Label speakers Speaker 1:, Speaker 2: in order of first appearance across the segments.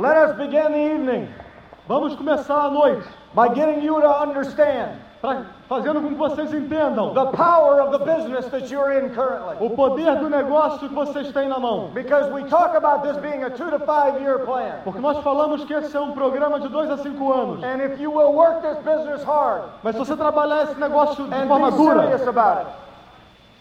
Speaker 1: Let us begin the evening
Speaker 2: Vamos começar a noite
Speaker 1: by getting you to understand
Speaker 2: pra- fazendo com que vocês entendam
Speaker 1: the power of the business that you're in currently.
Speaker 2: o poder do negócio que vocês têm na mão.
Speaker 1: Because we talk about this being a two to five year plan.
Speaker 2: Porque nós falamos que esse é um programa de 2 a 5 anos.
Speaker 1: And if you will work this business hard
Speaker 2: Mas se você trabalhar esse negócio de
Speaker 1: and
Speaker 2: forma
Speaker 1: be serious
Speaker 2: dura,
Speaker 1: about it,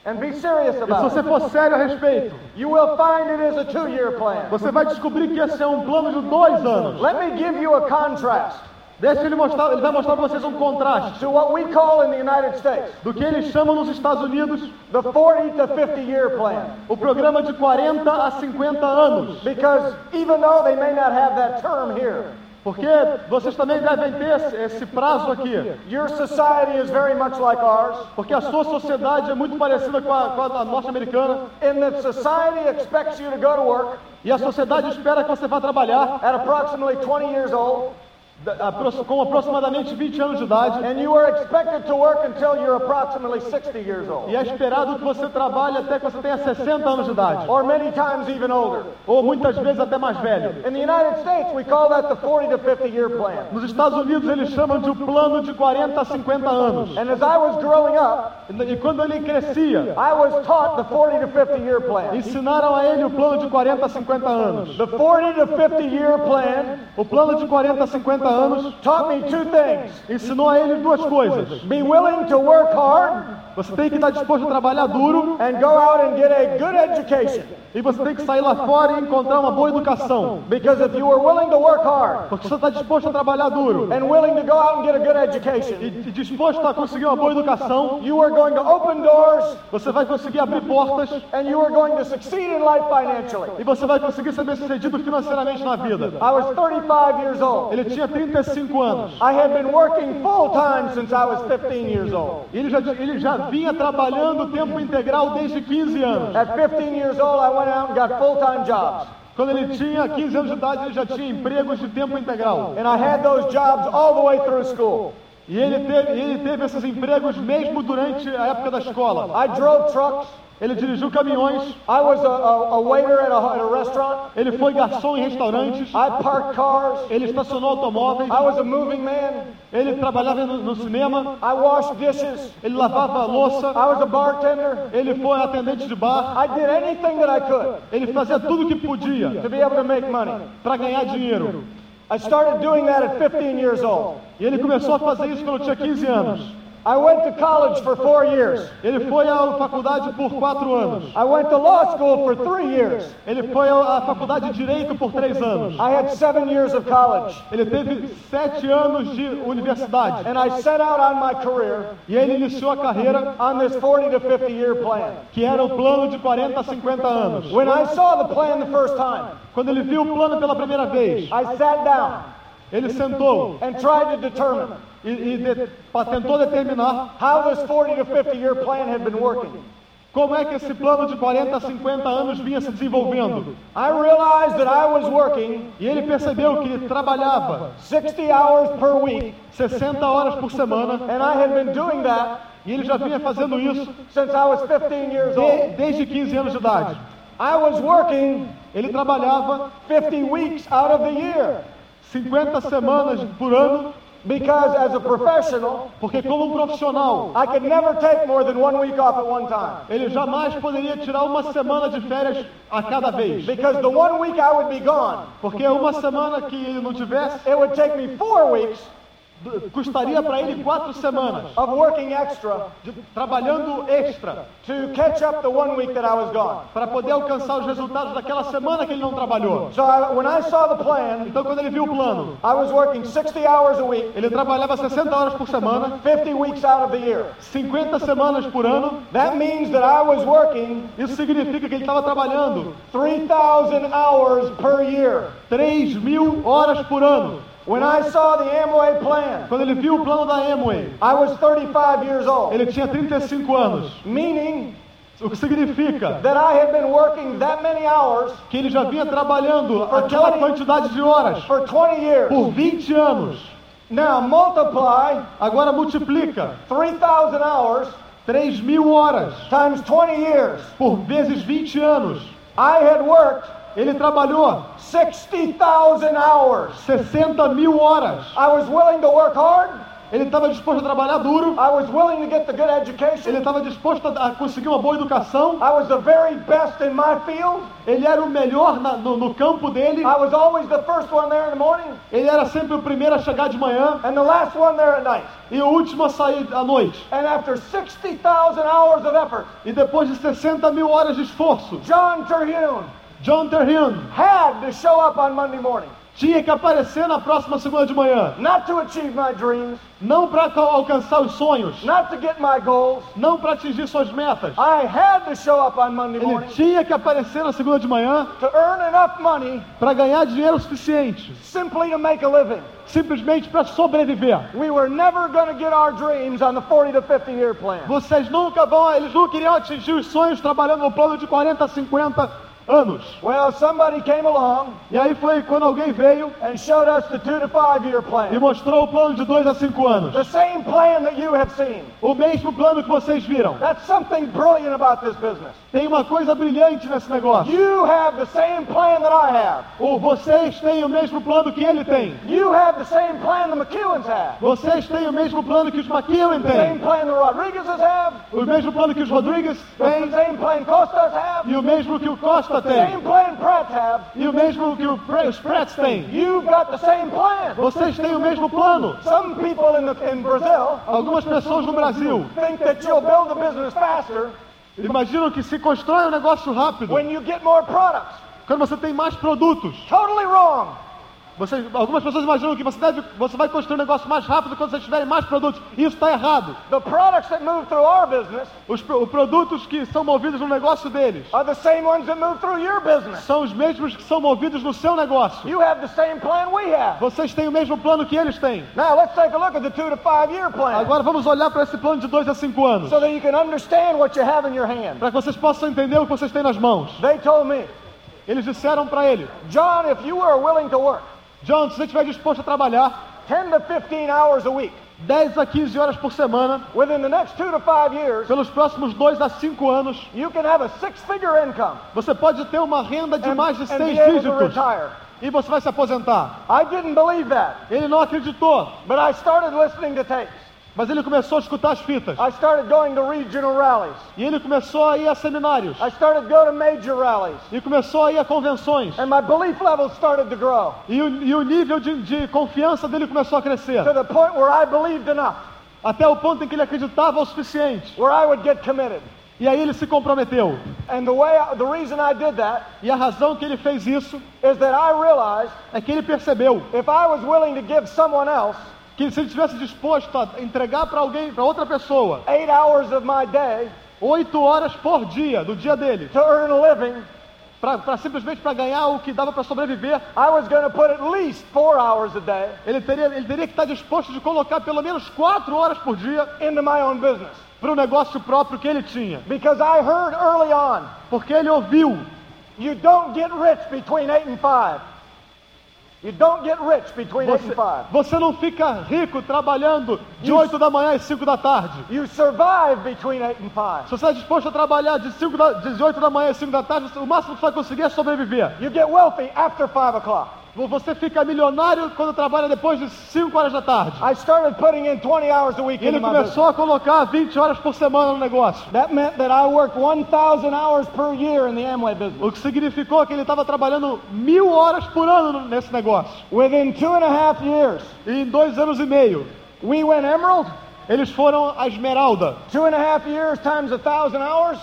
Speaker 1: and be serious
Speaker 2: e se
Speaker 1: about
Speaker 2: você
Speaker 1: it,
Speaker 2: for sério a respeito,
Speaker 1: you will find it is a two year plan.
Speaker 2: você vai descobrir que esse é um plano de dois anos.
Speaker 1: Let me give you a contrast
Speaker 2: Deixa ele mostrar, ele vai mostrar pra vocês um contraste
Speaker 1: to what we call in the United States
Speaker 2: do que eles chamam nos Estados Unidos
Speaker 1: the 40 to 50 year plan.
Speaker 2: o programa de 40 a 50 anos.
Speaker 1: Because even though they may not have that term here,
Speaker 2: Porque vocês também devem ter esse, esse prazo aqui.
Speaker 1: your society is very much like ours.
Speaker 2: Porque a sua sociedade é muito parecida com a, com a norte-americana.
Speaker 1: In that society expects you to go to work
Speaker 2: E a sociedade espera que você vá trabalhar
Speaker 1: at approximately 20 years old,
Speaker 2: da- apro- com aproximadamente 20 anos de idade.
Speaker 1: and you are expected to work until you're approximately 60 years
Speaker 2: E
Speaker 1: old,
Speaker 2: é esperado que você trabalhe até que você tenha 60 anos de idade.
Speaker 1: or many times even older.
Speaker 2: Ou muitas vezes até mais velho.
Speaker 1: In the United States, we call that the 40 to 50 year plan.
Speaker 2: Nos Estados Unidos eles chamam de o plano de 40 a 50 anos.
Speaker 1: And as I was growing up,
Speaker 2: E quando ele crescia,
Speaker 1: I was taught the 40 to 50 year plan.
Speaker 2: ensinaram a ele o plano de 40 a 50 anos.
Speaker 1: The 40 to 50 year plan
Speaker 2: O plano de 40 a 50 anos
Speaker 1: taught me two things
Speaker 2: ensinou a ele duas coisas.
Speaker 1: be willing to work hard
Speaker 2: Você tem que estar disposto a trabalhar duro
Speaker 1: and go out and get a good education.
Speaker 2: e você tem que sair lá fora e encontrar uma boa educação.
Speaker 1: Because if you are willing to work hard
Speaker 2: Porque você está disposto a trabalhar duro
Speaker 1: and willing to go out and get a good
Speaker 2: e,
Speaker 1: education,
Speaker 2: e disposto a conseguir uma boa educação,
Speaker 1: you are going to open doors
Speaker 2: você vai conseguir abrir portas
Speaker 1: and you are going to succeed in life financially.
Speaker 2: e você vai conseguir ser bem sucedido financeiramente na vida. Ah,
Speaker 1: I was 35 years old.
Speaker 2: Ele tinha 35 anos.
Speaker 1: I had been working full time since I was 15 years old.
Speaker 2: E Ele já, ele já vinha trabalhando tempo integral desde 15 anos. É,
Speaker 1: At 15 years old, I went out and got full time jobs.
Speaker 2: Quando ele tinha 15 anos de idade, ele já tinha empregos de tempo integral.
Speaker 1: And I had those jobs all the way through school.
Speaker 2: E ele teve, e ele teve esses empregos mesmo durante a época da escola.
Speaker 1: I drove trucks.
Speaker 2: Ele dirigiu caminhões,
Speaker 1: I was a, a, a waiter at a, at a restaurant.
Speaker 2: ele foi garçom em restaurantes,
Speaker 1: I parked cars.
Speaker 2: ele estacionou automóveis,
Speaker 1: I was a moving man.
Speaker 2: ele trabalhava no, no cinema,
Speaker 1: I washed dishes.
Speaker 2: ele lavava a
Speaker 1: I
Speaker 2: louça,
Speaker 1: was a bartender.
Speaker 2: ele foi atendente de bar,
Speaker 1: I did anything that I could
Speaker 2: ele fazia tudo o que
Speaker 1: to
Speaker 2: podia
Speaker 1: be able to make money.
Speaker 2: para ganhar dinheiro.
Speaker 1: I started doing that at 15 years old.
Speaker 2: E ele começou a fazer isso quando tinha 15 anos.
Speaker 1: I went to college for four years.
Speaker 2: Ele foi à faculdade por quatro anos.
Speaker 1: I went to law school for three years.
Speaker 2: Ele foi à faculdade de Direito por três anos.
Speaker 1: I had seven years of college.
Speaker 2: Ele teve sete anos de universidade.
Speaker 1: And I set out on my career
Speaker 2: E ele iniciou a carreira,
Speaker 1: on this 40 to 50 year plan.
Speaker 2: que era o plano de 40 a 50 anos.
Speaker 1: When I saw the plan the first time,
Speaker 2: Quando ele viu o plano pela primeira vez,
Speaker 1: I sat down
Speaker 2: ele sentou
Speaker 1: and tried to determine
Speaker 2: e, e de- pa- tentou determinar
Speaker 1: how this 40 to 50 year plan had been working.
Speaker 2: como é que esse plano de 40 a 50 anos vinha se desenvolvendo.
Speaker 1: I realized that I was working
Speaker 2: E ele percebeu que ele trabalhava
Speaker 1: 60 hours per week,
Speaker 2: 60 horas por semana
Speaker 1: and I had been doing that
Speaker 2: e ele já vinha fazendo isso
Speaker 1: since I was 15 years
Speaker 2: de-
Speaker 1: old.
Speaker 2: desde 15 anos de idade.
Speaker 1: I was working
Speaker 2: Ele trabalhava
Speaker 1: 50 weeks out of the year
Speaker 2: 50 semanas por ano,
Speaker 1: because, as a professional,
Speaker 2: porque como um profissional,
Speaker 1: I could never take more than one week off at one time.
Speaker 2: ele jamais poderia tirar uma semana de férias a cada vez.
Speaker 1: Because the one week I would be gone,
Speaker 2: Porque uma semana que ele não tivesse,
Speaker 1: it would take me four weeks
Speaker 2: d- custaria para ele quatro semanas,
Speaker 1: of working extra
Speaker 2: de- trabalhando extra,
Speaker 1: to catch up the one week that I was gone.
Speaker 2: para poder alcançar os resultados daquela semana que ele não trabalhou.
Speaker 1: So I, when I saw the plan,
Speaker 2: Então, quando ele viu o plano,
Speaker 1: I was working 60 hours a week,
Speaker 2: ele trabalhava 60 horas por semana,
Speaker 1: 50 weeks out of the year.
Speaker 2: 50 semanas por ano.
Speaker 1: That means that I was working
Speaker 2: Isso significa que ele estava trabalhando
Speaker 1: 3,000 hours per year.
Speaker 2: 3 mil horas por ano.
Speaker 1: When I saw the Amway plan,
Speaker 2: Quando ele viu o plano da Amway,
Speaker 1: I was 35 years old,
Speaker 2: Ele tinha 35 anos,
Speaker 1: meaning
Speaker 2: o que significa
Speaker 1: that I had been working that many hours
Speaker 2: que ele já vinha trabalhando aquela quantidade de horas
Speaker 1: for 20 years.
Speaker 2: por 20 anos.
Speaker 1: Now multiply
Speaker 2: Agora multiplica
Speaker 1: 3,000 hours
Speaker 2: 3 mil horas
Speaker 1: times 20 years.
Speaker 2: por vezes 20 anos.
Speaker 1: I had worked
Speaker 2: Ele trabalhou
Speaker 1: 60,000 hours.
Speaker 2: 60 mil horas.
Speaker 1: I was willing to work hard.
Speaker 2: Ele estava disposto a trabalhar duro.
Speaker 1: I was willing to get the good
Speaker 2: Ele
Speaker 1: education.
Speaker 2: estava disposto a a conseguir uma boa educação.
Speaker 1: I was the very best in my field.
Speaker 2: Ele era o melhor na- no, no campo dele.
Speaker 1: I was always the first one there in the morning
Speaker 2: Ele era sempre o primeiro a chegar de manhã
Speaker 1: and the last one there at night.
Speaker 2: e o último a sair à noite.
Speaker 1: And after 60,000 hours of effort,
Speaker 2: E depois de 60 mil horas de esforço,
Speaker 1: John Terhune
Speaker 2: John Terhune
Speaker 1: had to show up on Monday morning.
Speaker 2: tinha que aparecer na próxima segunda de manhã.
Speaker 1: Not to achieve my dreams,
Speaker 2: Não para alcançar os sonhos,
Speaker 1: not to get my goals.
Speaker 2: não para atingir suas metas.
Speaker 1: I had to show up on Monday
Speaker 2: Ele
Speaker 1: morning
Speaker 2: tinha que aparecer na segunda de manhã
Speaker 1: to earn enough money
Speaker 2: para ganhar dinheiro suficiente,
Speaker 1: simply to make a living.
Speaker 2: simplesmente para sobreviver.
Speaker 1: We were never going to get our dreams on the 40 to 50 year plan.
Speaker 2: Vocês nunca vão, eles nunca iriam atingir os sonhos trabalhando no plano de 40, 50 anos.
Speaker 1: Well, somebody came along
Speaker 2: E aí foi quando alguém veio
Speaker 1: and showed us the 2 to 5 year
Speaker 2: e
Speaker 1: plan.
Speaker 2: mostrou o plano de 2 a 5 anos.
Speaker 1: The same plan that you have seen.
Speaker 2: O mesmo plano que vocês viram.
Speaker 1: That's something brilliant about this business.
Speaker 2: Tem uma coisa brilhante nesse negócio.
Speaker 1: You have the same plan that I have.
Speaker 2: Ou vocês têm o mesmo plano que ele tem.
Speaker 1: You have the same plan the McEwens have.
Speaker 2: Vocês têm o mesmo plano que os McKellen
Speaker 1: The same
Speaker 2: têm.
Speaker 1: plan the Rodriguezes have.
Speaker 2: O mesmo plano que os Rodrigues
Speaker 1: The
Speaker 2: têm.
Speaker 1: same plan Costas have.
Speaker 2: E o mesmo que o Costa
Speaker 1: The same
Speaker 2: tem.
Speaker 1: plan Pratt have.
Speaker 2: E o mesmo que o Pre- os Prats têm.
Speaker 1: You've got the same plan.
Speaker 2: Vocês têm o mesmo plano.
Speaker 1: Some people in, the, in Brazil
Speaker 2: Algumas pessoas no Brasil
Speaker 1: think that you'll build a business faster
Speaker 2: imaginam que se constrói um negócio rápido
Speaker 1: when you get more products.
Speaker 2: quando você tem mais produtos.
Speaker 1: Totally wrong.
Speaker 2: Vocês- algumas pessoas imaginam que você, deve, você vai construir um negócio mais rápido quando vocês tiverem mais produtos. Isso está errado.
Speaker 1: The products that move through our business
Speaker 2: Os pro- os produtos que são movidos no negócio deles
Speaker 1: are the same ones that move through your business.
Speaker 2: são os mesmos que são movidos no seu negócio.
Speaker 1: You have the same plan we have.
Speaker 2: Vocês têm o mesmo plano que eles têm.
Speaker 1: Now let's take a look at the two to five year plan
Speaker 2: Agora vamos olhar para esse plano de 2 a 5 anos,
Speaker 1: so that you can understand what you have in your hand.
Speaker 2: para que vocês possam entender o que vocês têm nas mãos.
Speaker 1: They told me,
Speaker 2: Eles disseram para ele:
Speaker 1: John, if you are willing to work
Speaker 2: John, se você estiver disposto a trabalhar
Speaker 1: 10 to 15 hours a week
Speaker 2: 10 a 15 horas por semana,
Speaker 1: within the next two to five years,
Speaker 2: pelos próximos 2 a 5 anos,
Speaker 1: you can have a six figure income
Speaker 2: você pode ter uma renda de
Speaker 1: and,
Speaker 2: mais de
Speaker 1: and
Speaker 2: 6
Speaker 1: be able to
Speaker 2: dígitos
Speaker 1: retire.
Speaker 2: e você vai se aposentar.
Speaker 1: I didn't believe that,
Speaker 2: Ele não acreditou,
Speaker 1: but I started listening to tapes.
Speaker 2: mas ele começou a escutar as fitas
Speaker 1: I started going to regional rallies.
Speaker 2: e ele começou a ir a seminários
Speaker 1: I started going to major rallies.
Speaker 2: e começou a ir a convenções.
Speaker 1: And my belief level started to grow
Speaker 2: E o, e o nível de, de confiança dele começou a crescer.
Speaker 1: to the point where I believed enough,
Speaker 2: Até o ponto em que ele acreditava o suficiente.
Speaker 1: where I would get committed.
Speaker 2: E aí ele se comprometeu.
Speaker 1: And the way, I, the reason I did that
Speaker 2: E a razão que ele fez isso
Speaker 1: is that I realized
Speaker 2: é que ele percebeu
Speaker 1: if I was willing to give someone else
Speaker 2: que se ele tivesse disposto a entregar para alguém, para outra pessoa,
Speaker 1: eight hours of my day
Speaker 2: oito horas por dia do dia dele,
Speaker 1: to earn a living,
Speaker 2: pra, pra- simplesmente para ganhar o que dava para sobreviver,
Speaker 1: I was going to put at least four hours a day
Speaker 2: ele teria, ele teria que estar disposto de colocar pelo menos quatro horas por dia
Speaker 1: into my own business
Speaker 2: para o negócio próprio que ele tinha.
Speaker 1: because I heard early on
Speaker 2: Porque ele ouviu.
Speaker 1: you don't get rich between eight and five. You don't get rich between eight
Speaker 2: Você,
Speaker 1: and five.
Speaker 2: você não fica rico trabalhando de
Speaker 1: Isso.
Speaker 2: 8 da manhã às 5 da tarde.
Speaker 1: You survive between eight and five.
Speaker 2: Se você é disposto a trabalhar de 5 da, 18 da manhã às 5 da tarde, o máximo que você vai conseguir é sobreviver.
Speaker 1: You get wealthy after five o'clock.
Speaker 2: Você fica milionário quando trabalha depois de 5 horas da tarde.
Speaker 1: I started putting in 20 hours a week
Speaker 2: E ele
Speaker 1: into my business.
Speaker 2: começou a colocar 20 horas por semana no negócio.
Speaker 1: That meant that I worked 1,000 hours per year in the Amway business.
Speaker 2: O que significou que ele estava trabalhando mil horas por ano no- nesse negócio.
Speaker 1: Within two and a half years,
Speaker 2: E em dois anos e meio,
Speaker 1: we went emerald.
Speaker 2: eles foram à Esmeralda.
Speaker 1: Two and a half years times 1,000 hours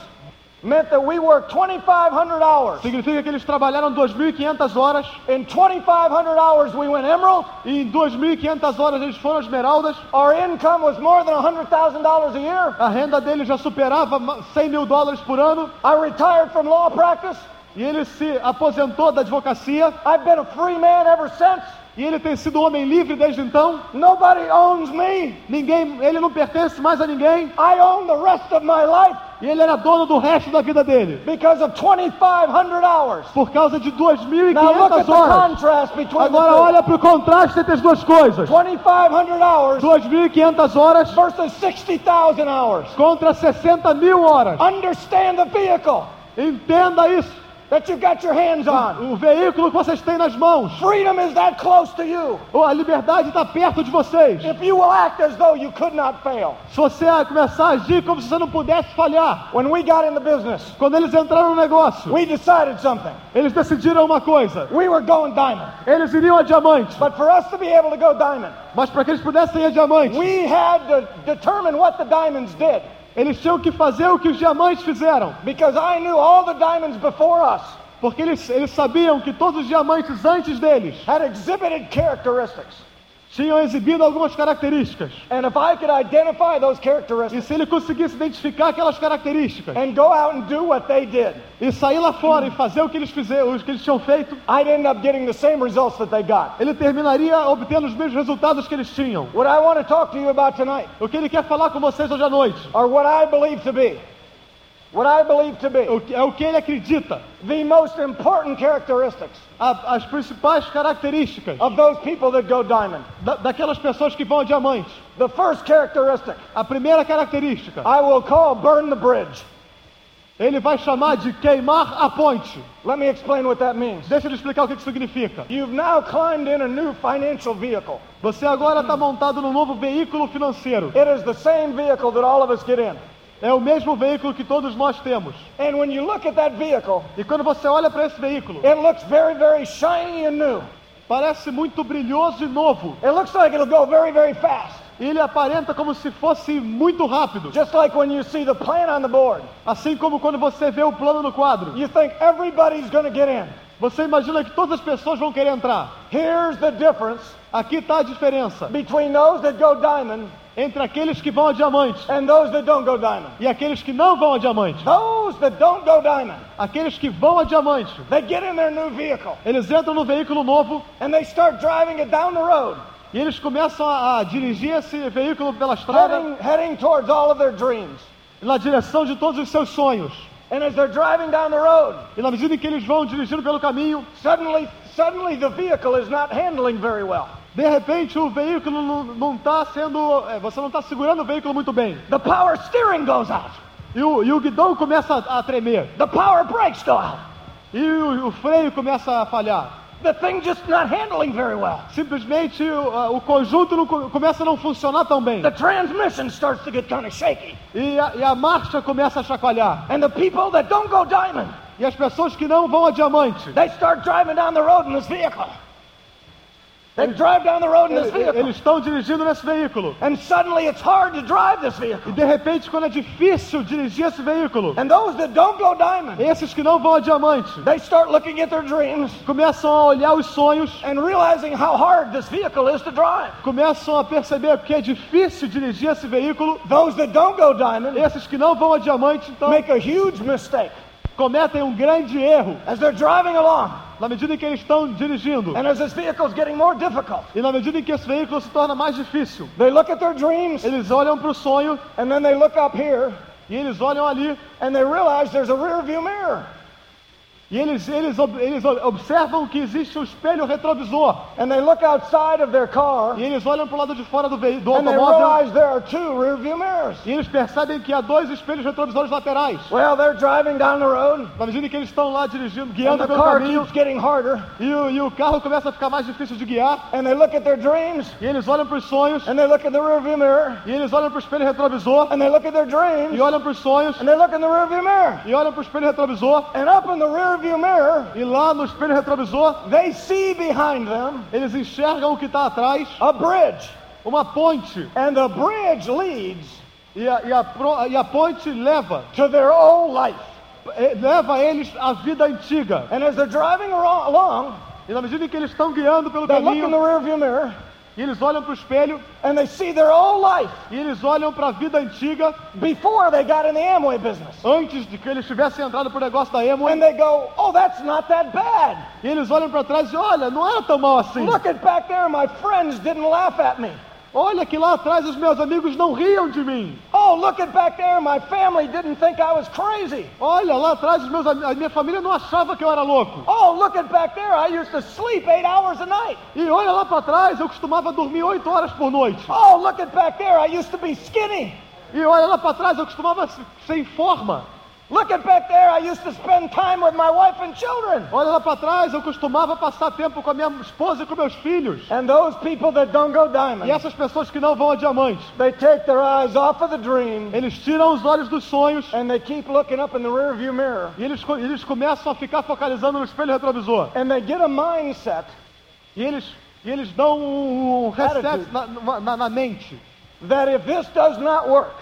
Speaker 1: meant that we worked 2,500 hours.
Speaker 2: Significa que eles trabalharam 2.500 horas.
Speaker 1: In 2,500 hours, we went emerald.
Speaker 2: E em 2.500 horas eles foram às Esmeraldas.
Speaker 1: Our income was more than $100,000 a year.
Speaker 2: A renda deles já superava ma- 100 mil dólares por ano.
Speaker 1: I retired from law practice.
Speaker 2: E ele se aposentou da advocacia.
Speaker 1: I've been a free man ever since.
Speaker 2: E ele tem sido um homem livre desde então.
Speaker 1: Nobody owns me.
Speaker 2: Ninguém, ele não pertence mais a ninguém.
Speaker 1: I own the rest of my life
Speaker 2: E ele era dono do resto da vida dele.
Speaker 1: because of 2,500 hours.
Speaker 2: Por causa de
Speaker 1: Now look at
Speaker 2: 2.500
Speaker 1: the
Speaker 2: horas.
Speaker 1: contrast between the
Speaker 2: Agora
Speaker 1: two.
Speaker 2: olha para o contraste entre as duas coisas.
Speaker 1: 2,500 hours
Speaker 2: 2.500 horas
Speaker 1: versus 60,000 hours.
Speaker 2: contra 60 mil horas.
Speaker 1: Understand the vehicle.
Speaker 2: Entenda isso.
Speaker 1: that you've got your hands on.
Speaker 2: O Um veículo que vocês têm nas mãos.
Speaker 1: Freedom is that close to you.
Speaker 2: Oh, a liberdade está perto de vocês.
Speaker 1: If you will act as though you could not fail.
Speaker 2: Se você começar a agir como se você não pudesse falhar.
Speaker 1: When we got in the business,
Speaker 2: Quando eles entraram no negócio,
Speaker 1: we decided something.
Speaker 2: eles decidiram uma coisa.
Speaker 1: We were going diamond.
Speaker 2: Eles iriam a diamante.
Speaker 1: But for us to be able to go diamond,
Speaker 2: Mas para que eles pudessem ir a diamante,
Speaker 1: we had to determine what the diamonds did.
Speaker 2: eles tinham que fazer o que os diamantes fizeram.
Speaker 1: Because I knew all the diamonds before us
Speaker 2: Porque eles, eles sabiam que todos os diamantes antes deles
Speaker 1: had exhibited characteristics.
Speaker 2: tinham exibido algumas características.
Speaker 1: And if I could identify those
Speaker 2: E
Speaker 1: characteristics
Speaker 2: se ele conseguisse identificar aquelas características
Speaker 1: and go out and do what they did,
Speaker 2: e sair lá fora e fazer o que eles fizeram, o que eles tinham feito,
Speaker 1: I'd end up getting the same results that they got.
Speaker 2: ele terminaria obtendo os mesmos resultados que eles tinham.
Speaker 1: What I want to talk to you about tonight
Speaker 2: O que ele quer falar com vocês hoje à noite
Speaker 1: are what I believe to be. What I believe to be
Speaker 2: o que- é o que ele acredita,
Speaker 1: the most important characteristics
Speaker 2: a- as principais características
Speaker 1: of those people that go diamond.
Speaker 2: da- daquelas pessoas que vão a diamante.
Speaker 1: The first characteristic
Speaker 2: A primeira característica,
Speaker 1: I will call burn the bridge.
Speaker 2: ele vai chamar de queimar a ponte.
Speaker 1: Let me explain what that means.
Speaker 2: Deixa eu lhe explicar o que que significa.
Speaker 1: You've now climbed in a new financial vehicle.
Speaker 2: Você agora está montado num novo veículo financeiro.
Speaker 1: It is the same vehicle that all of us get in.
Speaker 2: É o mesmo veículo que todos nós temos.
Speaker 1: And when you look at that vehicle,
Speaker 2: E quando você olha para esse veículo,
Speaker 1: it looks very, very shiny and new.
Speaker 2: parece muito brilhoso e novo.
Speaker 1: It looks like it'll go very, very fast.
Speaker 2: E ele aparenta como se fosse muito rápido.
Speaker 1: Just like when you see the plan on the board,
Speaker 2: Assim como quando você vê o plano no quadro.
Speaker 1: you think everybody's going to get in.
Speaker 2: Você imagina que todas as pessoas vão querer entrar.
Speaker 1: Here's the difference
Speaker 2: Aqui está a diferença
Speaker 1: between those that go diamond
Speaker 2: entre aqueles que vão a diamante
Speaker 1: and those that don't go diamond.
Speaker 2: e aqueles que não vão a diamante.
Speaker 1: Those that don't go diamond,
Speaker 2: Aqueles que vão a diamante,
Speaker 1: they get in their new vehicle
Speaker 2: eles entram no veículo novo
Speaker 1: and they start driving it down the road,
Speaker 2: e eles começam a, a dirigir esse veículo pela estrada
Speaker 1: heading, heading towards all of their dreams.
Speaker 2: na direção de todos os seus sonhos.
Speaker 1: And as they're driving down the road,
Speaker 2: E na medida em que eles vão dirigindo pelo caminho,
Speaker 1: suddenly, suddenly the vehicle is not handling very well.
Speaker 2: De repente o veículo não- não está sendo. é, Você não está segurando o veículo muito bem.
Speaker 1: The power steering goes out.
Speaker 2: E o, e o guidão começa a, a tremer.
Speaker 1: The power brakes go out.
Speaker 2: E o, o freio começa a falhar.
Speaker 1: The thing just not handling very well.
Speaker 2: Simplesmente o, a- o conjunto não co- começa a não funcionar tão bem.
Speaker 1: The transmission starts to get kind of shaky.
Speaker 2: E a, e a marcha começa a chacoalhar.
Speaker 1: And the people that don't go diamond,
Speaker 2: E as pessoas que não vão a diamante,
Speaker 1: they start driving down the road in this vehicle. They drive down the road in this
Speaker 2: ele-
Speaker 1: vehicle.
Speaker 2: eles estão dirigindo nesse veículo.
Speaker 1: And suddenly it's hard to drive this
Speaker 2: E
Speaker 1: vehicle.
Speaker 2: de repente, quando é difícil dirigir esse veículo,
Speaker 1: And those that don't go diamond,
Speaker 2: esses que não vão a diamante
Speaker 1: they start looking at their dreams
Speaker 2: começam a olhar os sonhos,
Speaker 1: and realizing how hard this vehicle is to drive.
Speaker 2: começam a perceber que é difícil dirigir esse veículo.
Speaker 1: Those that don't go diamond
Speaker 2: Esses que não vão a diamante, então,
Speaker 1: make a huge mistake
Speaker 2: cometem um grande erro
Speaker 1: as they're driving along.
Speaker 2: na medida em que eles estão dirigindo.
Speaker 1: And as this vehicle's getting more difficult,
Speaker 2: E na medida em que esse veículo se torna mais difícil,
Speaker 1: they look at their dreams
Speaker 2: eles olham para o sonho
Speaker 1: and then they look up here
Speaker 2: e eles olham ali
Speaker 1: and they realize there's a rear view mirror.
Speaker 2: e eles, eles, ob- eles ob- observam que existe um espelho retrovisor.
Speaker 1: And they look outside of their car
Speaker 2: E eles olham para o lado de fora do, veí- do
Speaker 1: and they
Speaker 2: automóvel
Speaker 1: realize there are two rear view mirrors.
Speaker 2: e eles percebem que há dois espelhos retrovisores laterais.
Speaker 1: Well, they're driving down the road
Speaker 2: Na medida em que eles estão lá dirigindo,
Speaker 1: and
Speaker 2: guiando
Speaker 1: the
Speaker 2: pelo
Speaker 1: car
Speaker 2: caminho,
Speaker 1: keeps getting harder.
Speaker 2: e o, e o carro começa a ficar mais difícil de guiar,
Speaker 1: And they look at their dreams
Speaker 2: e eles olham para os sonhos,
Speaker 1: and they look at the rear view mirror
Speaker 2: e eles olham para o espelho retrovisor,
Speaker 1: and they look at their
Speaker 2: e
Speaker 1: dreams
Speaker 2: olham para os sonhos,
Speaker 1: and they look in the rear view mirror.
Speaker 2: e olham pro espelho retrovisor,
Speaker 1: And up in the rear view mirror,
Speaker 2: e lá no espelho retrovisor
Speaker 1: they see behind them
Speaker 2: eles enxergam o que está atrás,
Speaker 1: a bridge.
Speaker 2: uma ponte,
Speaker 1: And the bridge leads
Speaker 2: e a, e a pro- e a ponte leva,
Speaker 1: to their old life.
Speaker 2: eh, leva eles à vida antiga.
Speaker 1: And as they're driving aro- along,
Speaker 2: E na medida em que eles estão guiando pelo
Speaker 1: they look in the
Speaker 2: caminho,
Speaker 1: rearview mirror
Speaker 2: e eles olham pro espelho,
Speaker 1: and they see their old life
Speaker 2: e eles olham pra vida antiga,
Speaker 1: before they got in the Amway business.
Speaker 2: antes de que eles tivessem entrado pro negócio da Emo,
Speaker 1: And they go, oh, that's not that bad.
Speaker 2: e eles olham pra trás e olha, não era tão mal assim.
Speaker 1: Look at back there, my friends didn't laugh at me.
Speaker 2: Olha que lá atrás os meus amigos não riam de mim.
Speaker 1: Oh, look at back there, my family didn't think I was crazy.
Speaker 2: Olha lá atrás os meus am- a minha família não achava que eu era louco.
Speaker 1: Oh, look at back there, I used to sleep eight hours a night.
Speaker 2: E olha lá pra trás, eu costumava dormir 8 horas por noite.
Speaker 1: Oh, look at back there, I used to be skinny.
Speaker 2: E olha lá pra trás, eu costumava se- ser em forma.
Speaker 1: Looking back there, I used to spend time with my wife and children.
Speaker 2: Olha lá para trás, eu costumava passar tempo com a minha esposa e com meus filhos.
Speaker 1: And those people that don't go
Speaker 2: E
Speaker 1: diamond,
Speaker 2: essas pessoas que não vão a diamante,
Speaker 1: they take their eyes off of the dream
Speaker 2: eles tiram os olhos dos sonhos é,
Speaker 1: and they keep looking up in the rearview mirror.
Speaker 2: e eles, co- eles começam a ficar focalizando no espelho retrovisor.
Speaker 1: And they get a mindset
Speaker 2: E eles, e eles dão um, um reset
Speaker 1: Attitude.
Speaker 2: na, numa- na- na mente.
Speaker 1: that if this does not work,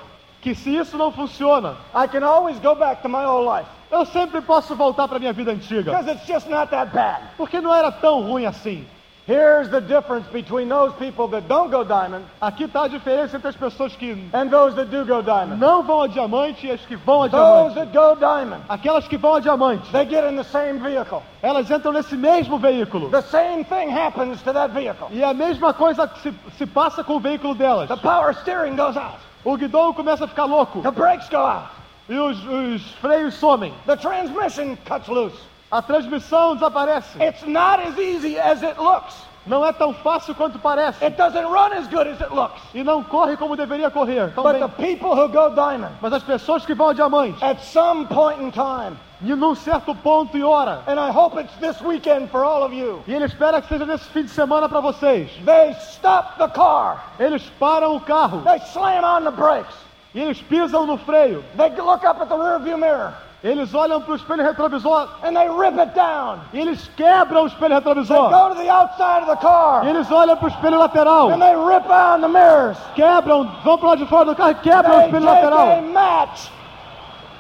Speaker 2: Que se isso não funciona,
Speaker 1: I can always go back to my old life
Speaker 2: eu sempre posso voltar para minha vida antiga.
Speaker 1: because it's just not that bad.
Speaker 2: Porque não era tão ruim assim.
Speaker 1: Here's the difference between those people that don't go diamond
Speaker 2: Aqui está a diferença entre as pessoas que
Speaker 1: and those that do go diamond.
Speaker 2: não vão a diamante e as que vão a
Speaker 1: Those
Speaker 2: diamante.
Speaker 1: that go diamond,
Speaker 2: Aquelas que vão a diamante,
Speaker 1: they get in the same vehicle.
Speaker 2: elas entram nesse mesmo veículo.
Speaker 1: The same thing happens to that vehicle.
Speaker 2: E a mesma coisa que se, se passa com o veículo delas.
Speaker 1: The power steering goes out.
Speaker 2: O guidão começa a ficar louco
Speaker 1: The brakes go out.
Speaker 2: e os, os freios somem.
Speaker 1: The transmission cuts loose.
Speaker 2: A transmissão desaparece.
Speaker 1: It's not as easy as it looks.
Speaker 2: Não é tão fácil quanto parece.
Speaker 1: It doesn't run as good as it looks.
Speaker 2: E não corre como deveria correr.
Speaker 1: But
Speaker 2: Também.
Speaker 1: the people who go diamond,
Speaker 2: Mas as pessoas que vão a diamante,
Speaker 1: at some point in time,
Speaker 2: e num certo ponto e hora,
Speaker 1: and I hope it's this weekend for all of you,
Speaker 2: e ele espera que seja nesse fim de semana para vocês,
Speaker 1: they stop the car.
Speaker 2: eles param o carro
Speaker 1: They slam on the brakes.
Speaker 2: e eles pisam no freio.
Speaker 1: They look up at the rearview mirror
Speaker 2: Eles olham para o espelho retrovisor
Speaker 1: and they rip it down.
Speaker 2: e eles quebram o espelho retrovisor.
Speaker 1: Go to the outside of the
Speaker 2: E
Speaker 1: car
Speaker 2: eles olham para o espelho lateral.
Speaker 1: and they rip on the mirrors.
Speaker 2: quebram, vão pro lado de fora do carro e quebram o
Speaker 1: They take
Speaker 2: espelho
Speaker 1: a
Speaker 2: lateral.
Speaker 1: match.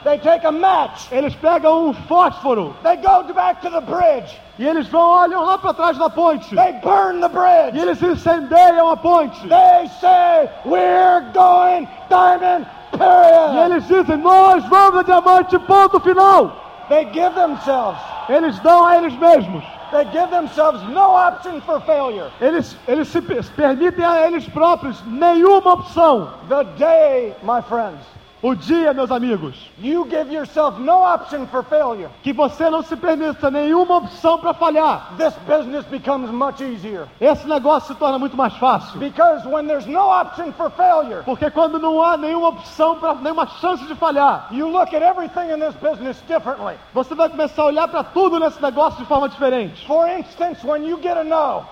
Speaker 1: They take a match.
Speaker 2: Eles pegam um fósforo
Speaker 1: They go back to the bridge.
Speaker 2: e eles vão, olham lá pra trás da ponte.
Speaker 1: They burn the
Speaker 2: E
Speaker 1: bridge.
Speaker 2: eles incendeiam a ponte.
Speaker 1: They say, We're going diamond,
Speaker 2: E
Speaker 1: period.
Speaker 2: eles dizem, nós vamos a diamante, ponto final.
Speaker 1: They give themselves,
Speaker 2: Eles dão a eles mesmos.
Speaker 1: they give themselves no option for failure.
Speaker 2: Eles, eles se per- permitem a eles próprios nenhuma opção.
Speaker 1: The day, my friends,
Speaker 2: O dia, meus amigos,
Speaker 1: you give yourself no option for failure,
Speaker 2: que você não se permita nenhuma opção pra falhar,
Speaker 1: this business becomes much easier.
Speaker 2: esse negócio se torna muito mais fácil.
Speaker 1: Because when there's no option for failure,
Speaker 2: Porque quando não há nenhuma opção, pra, nenhuma chance de falhar,
Speaker 1: you look at everything in this business differently.
Speaker 2: Você vai começar a olhar para tudo nesse negócio de forma diferente.
Speaker 1: For instance, when you get a no,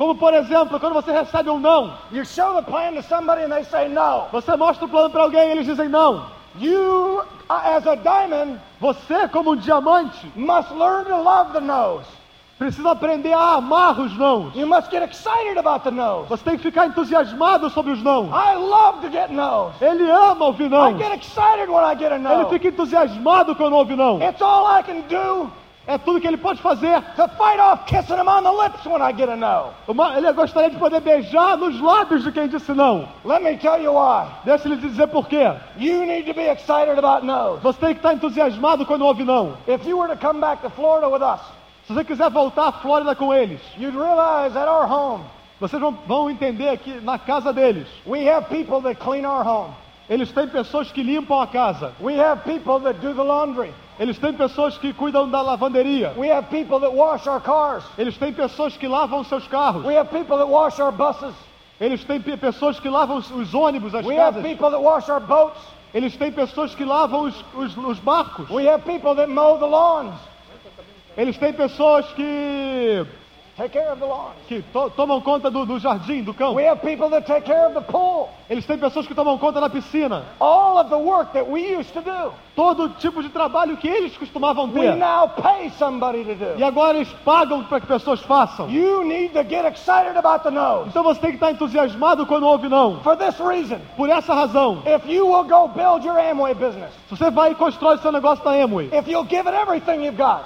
Speaker 2: Como, por exemplo, quando você recebe um não,
Speaker 1: you show the plan to somebody and they say no.
Speaker 2: você mostra o plano para alguém e eles dizem não.
Speaker 1: You, uh, as a diamond,
Speaker 2: Você, como um diamante,
Speaker 1: must learn to love the no's.
Speaker 2: precisa aprender a amar os nãos.
Speaker 1: You must get excited about the no's.
Speaker 2: Você tem que ficar entusiasmado sobre os não.
Speaker 1: I love to get no's.
Speaker 2: Ele ama ouvir não.
Speaker 1: I get excited when I get a
Speaker 2: Ele
Speaker 1: no.
Speaker 2: fica entusiasmado quando ouve não.
Speaker 1: It's all I can do
Speaker 2: É tudo que ele pode fazer.
Speaker 1: to fight off kissing him on the lips when I get a no.
Speaker 2: Uma- Ele gostaria de poder beijar nos lábios de quem disse não.
Speaker 1: Let me tell you why.
Speaker 2: Deixa ele te dizer por quê.
Speaker 1: You need to be excited about no's.
Speaker 2: Você tem que estar entusiasmado quando ouve não.
Speaker 1: If you were to come back to Florida with us,
Speaker 2: Se você quiser voltar à Flórida com eles,
Speaker 1: you'd realize at our home,
Speaker 2: Vocês vão, vão entender que na casa deles,
Speaker 1: we have people that clean our home.
Speaker 2: eles têm pessoas que limpam a casa,
Speaker 1: We have people that do the laundry.
Speaker 2: eles têm pessoas que cuidam da lavanderia,
Speaker 1: We have people that wash our cars.
Speaker 2: eles têm pessoas que lavam seus carros,
Speaker 1: We have people that wash our buses.
Speaker 2: eles têm pe- pessoas que lavam os, os ônibus, as
Speaker 1: We have
Speaker 2: casas,
Speaker 1: people that wash our boats.
Speaker 2: eles têm pessoas que lavam os, os, os barcos,
Speaker 1: We have people that mow the lawns.
Speaker 2: eles têm pessoas que,
Speaker 1: Take care of the lawns.
Speaker 2: que to- tomam conta do, do jardim, do campo,
Speaker 1: We have people that take care of the pool.
Speaker 2: eles têm pessoas que tomam conta da piscina.
Speaker 1: All of the work that we used to do,
Speaker 2: Todo tipo de trabalho que eles costumavam
Speaker 1: we
Speaker 2: ter.
Speaker 1: now pay somebody to
Speaker 2: E
Speaker 1: do.
Speaker 2: agora eles pagam para que pessoas façam.
Speaker 1: You need to get excited about the nose.
Speaker 2: Então você tem que estar entusiasmado quando ouve não.
Speaker 1: For this reason,
Speaker 2: Por essa razão,
Speaker 1: if you will go build your Amway business,
Speaker 2: se você vai e constrói seu negócio da Amway,
Speaker 1: if you'll give it everything you've got,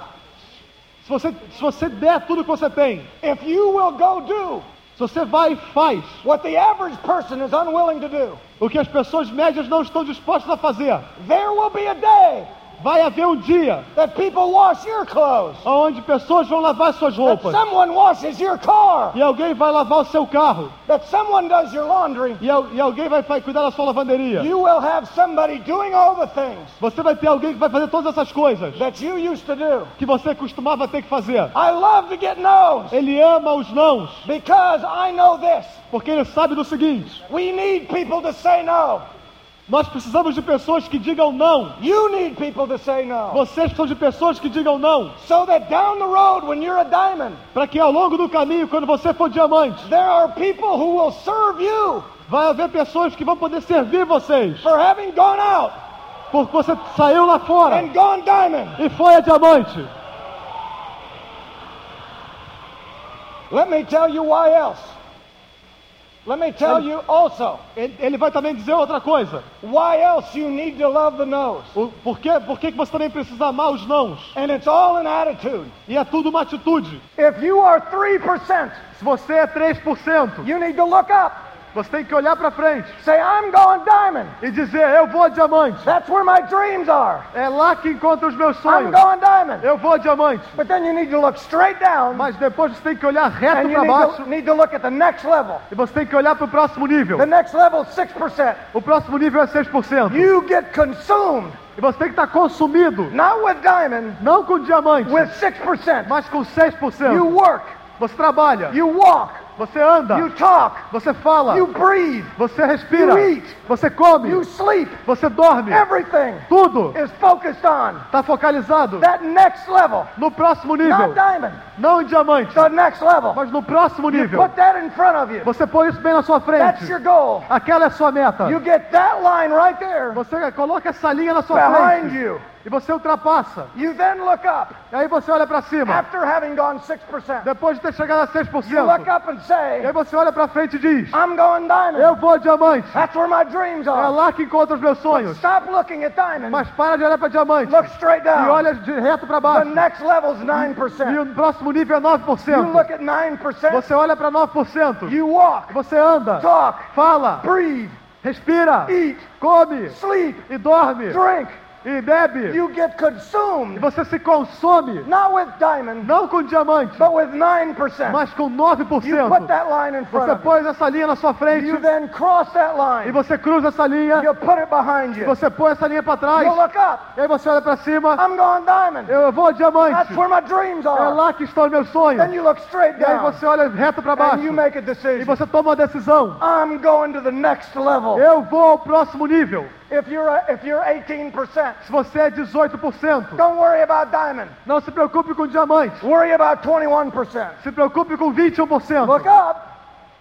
Speaker 2: se você, se você der tudo que você tem,
Speaker 1: if you will go
Speaker 2: se você vai e faz
Speaker 1: do what the average person is unwilling to do,
Speaker 2: o que as pessoas médias não estão dispostas a fazer,
Speaker 1: there will be a day
Speaker 2: vai haver um dia
Speaker 1: that people wash your clothes,
Speaker 2: onde pessoas vão lavar suas
Speaker 1: that
Speaker 2: roupas,
Speaker 1: someone washes your car,
Speaker 2: e alguém vai lavar o seu carro,
Speaker 1: that someone does your laundry.
Speaker 2: e, al- e alguém vai, vai cuidar da sua lavanderia.
Speaker 1: You will have somebody doing all the things
Speaker 2: Você vai ter alguém que vai fazer todas essas coisas
Speaker 1: that you used to do.
Speaker 2: que você costumava ter que fazer.
Speaker 1: I love to get no's
Speaker 2: Ele ama os nãos,
Speaker 1: because I know this.
Speaker 2: porque ele sabe do seguinte:
Speaker 1: We need people to say no.
Speaker 2: Nós precisamos de pessoas que digam não.
Speaker 1: You need people to say no.
Speaker 2: Vocês precisam de pessoas que digam não.
Speaker 1: So that down the road, when you're a diamond,
Speaker 2: Para que ao longo do caminho, quando você for diamante,
Speaker 1: there are people who will serve you
Speaker 2: vai haver pessoas que vão poder servir vocês.
Speaker 1: for having gone out
Speaker 2: Porque você saiu lá fora
Speaker 1: and gone diamond.
Speaker 2: e foi a diamante.
Speaker 1: Let me tell you why else. Let me tell you also
Speaker 2: Ele, ele vai também dizer outra coisa.
Speaker 1: why else you need to love the nose.
Speaker 2: O, por que, por que que você também precisa amar os nãos?
Speaker 1: And it's all an attitude.
Speaker 2: E é tudo uma atitude.
Speaker 1: If you are 3%,
Speaker 2: Se você é 3%,
Speaker 1: you need to look up.
Speaker 2: você tem que olhar pra frente
Speaker 1: Say, I'm going diamond.
Speaker 2: e dizer: Eu vou a diamante.
Speaker 1: That's where my dreams are.
Speaker 2: É lá que encontro os meus
Speaker 1: I'm
Speaker 2: sonhos.
Speaker 1: going diamond.
Speaker 2: Eu vou a diamante.
Speaker 1: But then you need to look straight down
Speaker 2: Mas depois você tem que olhar reto
Speaker 1: and you
Speaker 2: pra
Speaker 1: need
Speaker 2: baixo
Speaker 1: to, need to look at the next level.
Speaker 2: e você tem que olhar pro próximo nível.
Speaker 1: The next level is 6%.
Speaker 2: O próximo nível é 6%.
Speaker 1: You get consumed,
Speaker 2: E você tem que estar consumido,
Speaker 1: not with diamond,
Speaker 2: não com diamante,
Speaker 1: with 6%.
Speaker 2: mas com 6%.
Speaker 1: You work,
Speaker 2: Você trabalha,
Speaker 1: you walk,
Speaker 2: você anda,
Speaker 1: you talk,
Speaker 2: você fala,
Speaker 1: you breathe,
Speaker 2: você respira,
Speaker 1: you eat.
Speaker 2: você come,
Speaker 1: you sleep.
Speaker 2: você dorme.
Speaker 1: Everything
Speaker 2: Tudo
Speaker 1: is focused on
Speaker 2: está Tá focalizado
Speaker 1: that next level,
Speaker 2: no próximo nível,
Speaker 1: not diamond,
Speaker 2: não em diamante,
Speaker 1: the next level.
Speaker 2: mas no próximo nível.
Speaker 1: Put that in front of you.
Speaker 2: Você põe isso bem na sua
Speaker 1: That's
Speaker 2: frente.
Speaker 1: your goal.
Speaker 2: Aquela é a sua meta.
Speaker 1: You get that line right there
Speaker 2: Você coloca essa linha na sua
Speaker 1: behind
Speaker 2: frente
Speaker 1: you.
Speaker 2: e você ultrapassa.
Speaker 1: You then look up
Speaker 2: E aí você olha pra cima,
Speaker 1: after having gone 6%.
Speaker 2: depois de ter chegado a
Speaker 1: You look
Speaker 2: 6%.
Speaker 1: up and
Speaker 2: E
Speaker 1: say,
Speaker 2: aí você olha pra frente e diz:
Speaker 1: I'm going diamond.
Speaker 2: Eu vou a diamante.
Speaker 1: That's where my dreams
Speaker 2: É
Speaker 1: are.
Speaker 2: lá que encontro os meus sonhos.
Speaker 1: Stop looking at diamond.
Speaker 2: Mas para de olhar pra diamante
Speaker 1: Look straight
Speaker 2: e
Speaker 1: down.
Speaker 2: olha de reto pra
Speaker 1: The
Speaker 2: baixo.
Speaker 1: next level's
Speaker 2: E
Speaker 1: 9%.
Speaker 2: o próximo nível é
Speaker 1: You
Speaker 2: 9%.
Speaker 1: look at 9%.
Speaker 2: Você olha pra 9%.
Speaker 1: You walk,
Speaker 2: Você anda,
Speaker 1: talk,
Speaker 2: fala,
Speaker 1: breathe,
Speaker 2: respira,
Speaker 1: eat,
Speaker 2: come
Speaker 1: sleep,
Speaker 2: e dorme
Speaker 1: drink.
Speaker 2: e bebe.
Speaker 1: You get
Speaker 2: E
Speaker 1: consumed,
Speaker 2: Você se consome
Speaker 1: not with diamond,
Speaker 2: não com diamante,
Speaker 1: but with 9%.
Speaker 2: mas com
Speaker 1: You put
Speaker 2: 9%.
Speaker 1: that line in front
Speaker 2: Você
Speaker 1: of you.
Speaker 2: põe essa linha na sua frente
Speaker 1: You then cross that
Speaker 2: e
Speaker 1: line.
Speaker 2: você cruza essa linha.
Speaker 1: You put it behind you.
Speaker 2: Você põe essa linha pra trás.
Speaker 1: You look up.
Speaker 2: E aí você olha pra cima.
Speaker 1: I'm going diamond.
Speaker 2: Eu vou a
Speaker 1: That's
Speaker 2: diamante.
Speaker 1: where my dreams
Speaker 2: É
Speaker 1: are.
Speaker 2: lá que estão os meus sonhos.
Speaker 1: Then you look straight
Speaker 2: E aí
Speaker 1: down.
Speaker 2: você olha reto pra baixo.
Speaker 1: And you make a
Speaker 2: E
Speaker 1: decision.
Speaker 2: você toma uma decisão.
Speaker 1: I'm going to the next level.
Speaker 2: Eu vou ao próximo nível.
Speaker 1: If you're a, if you're 18%,
Speaker 2: Se você é 18%,
Speaker 1: don't worry about diamond.
Speaker 2: não se preocupe com diamante.
Speaker 1: Worry about 21%.
Speaker 2: Se preocupe com
Speaker 1: Look
Speaker 2: 21%.
Speaker 1: up.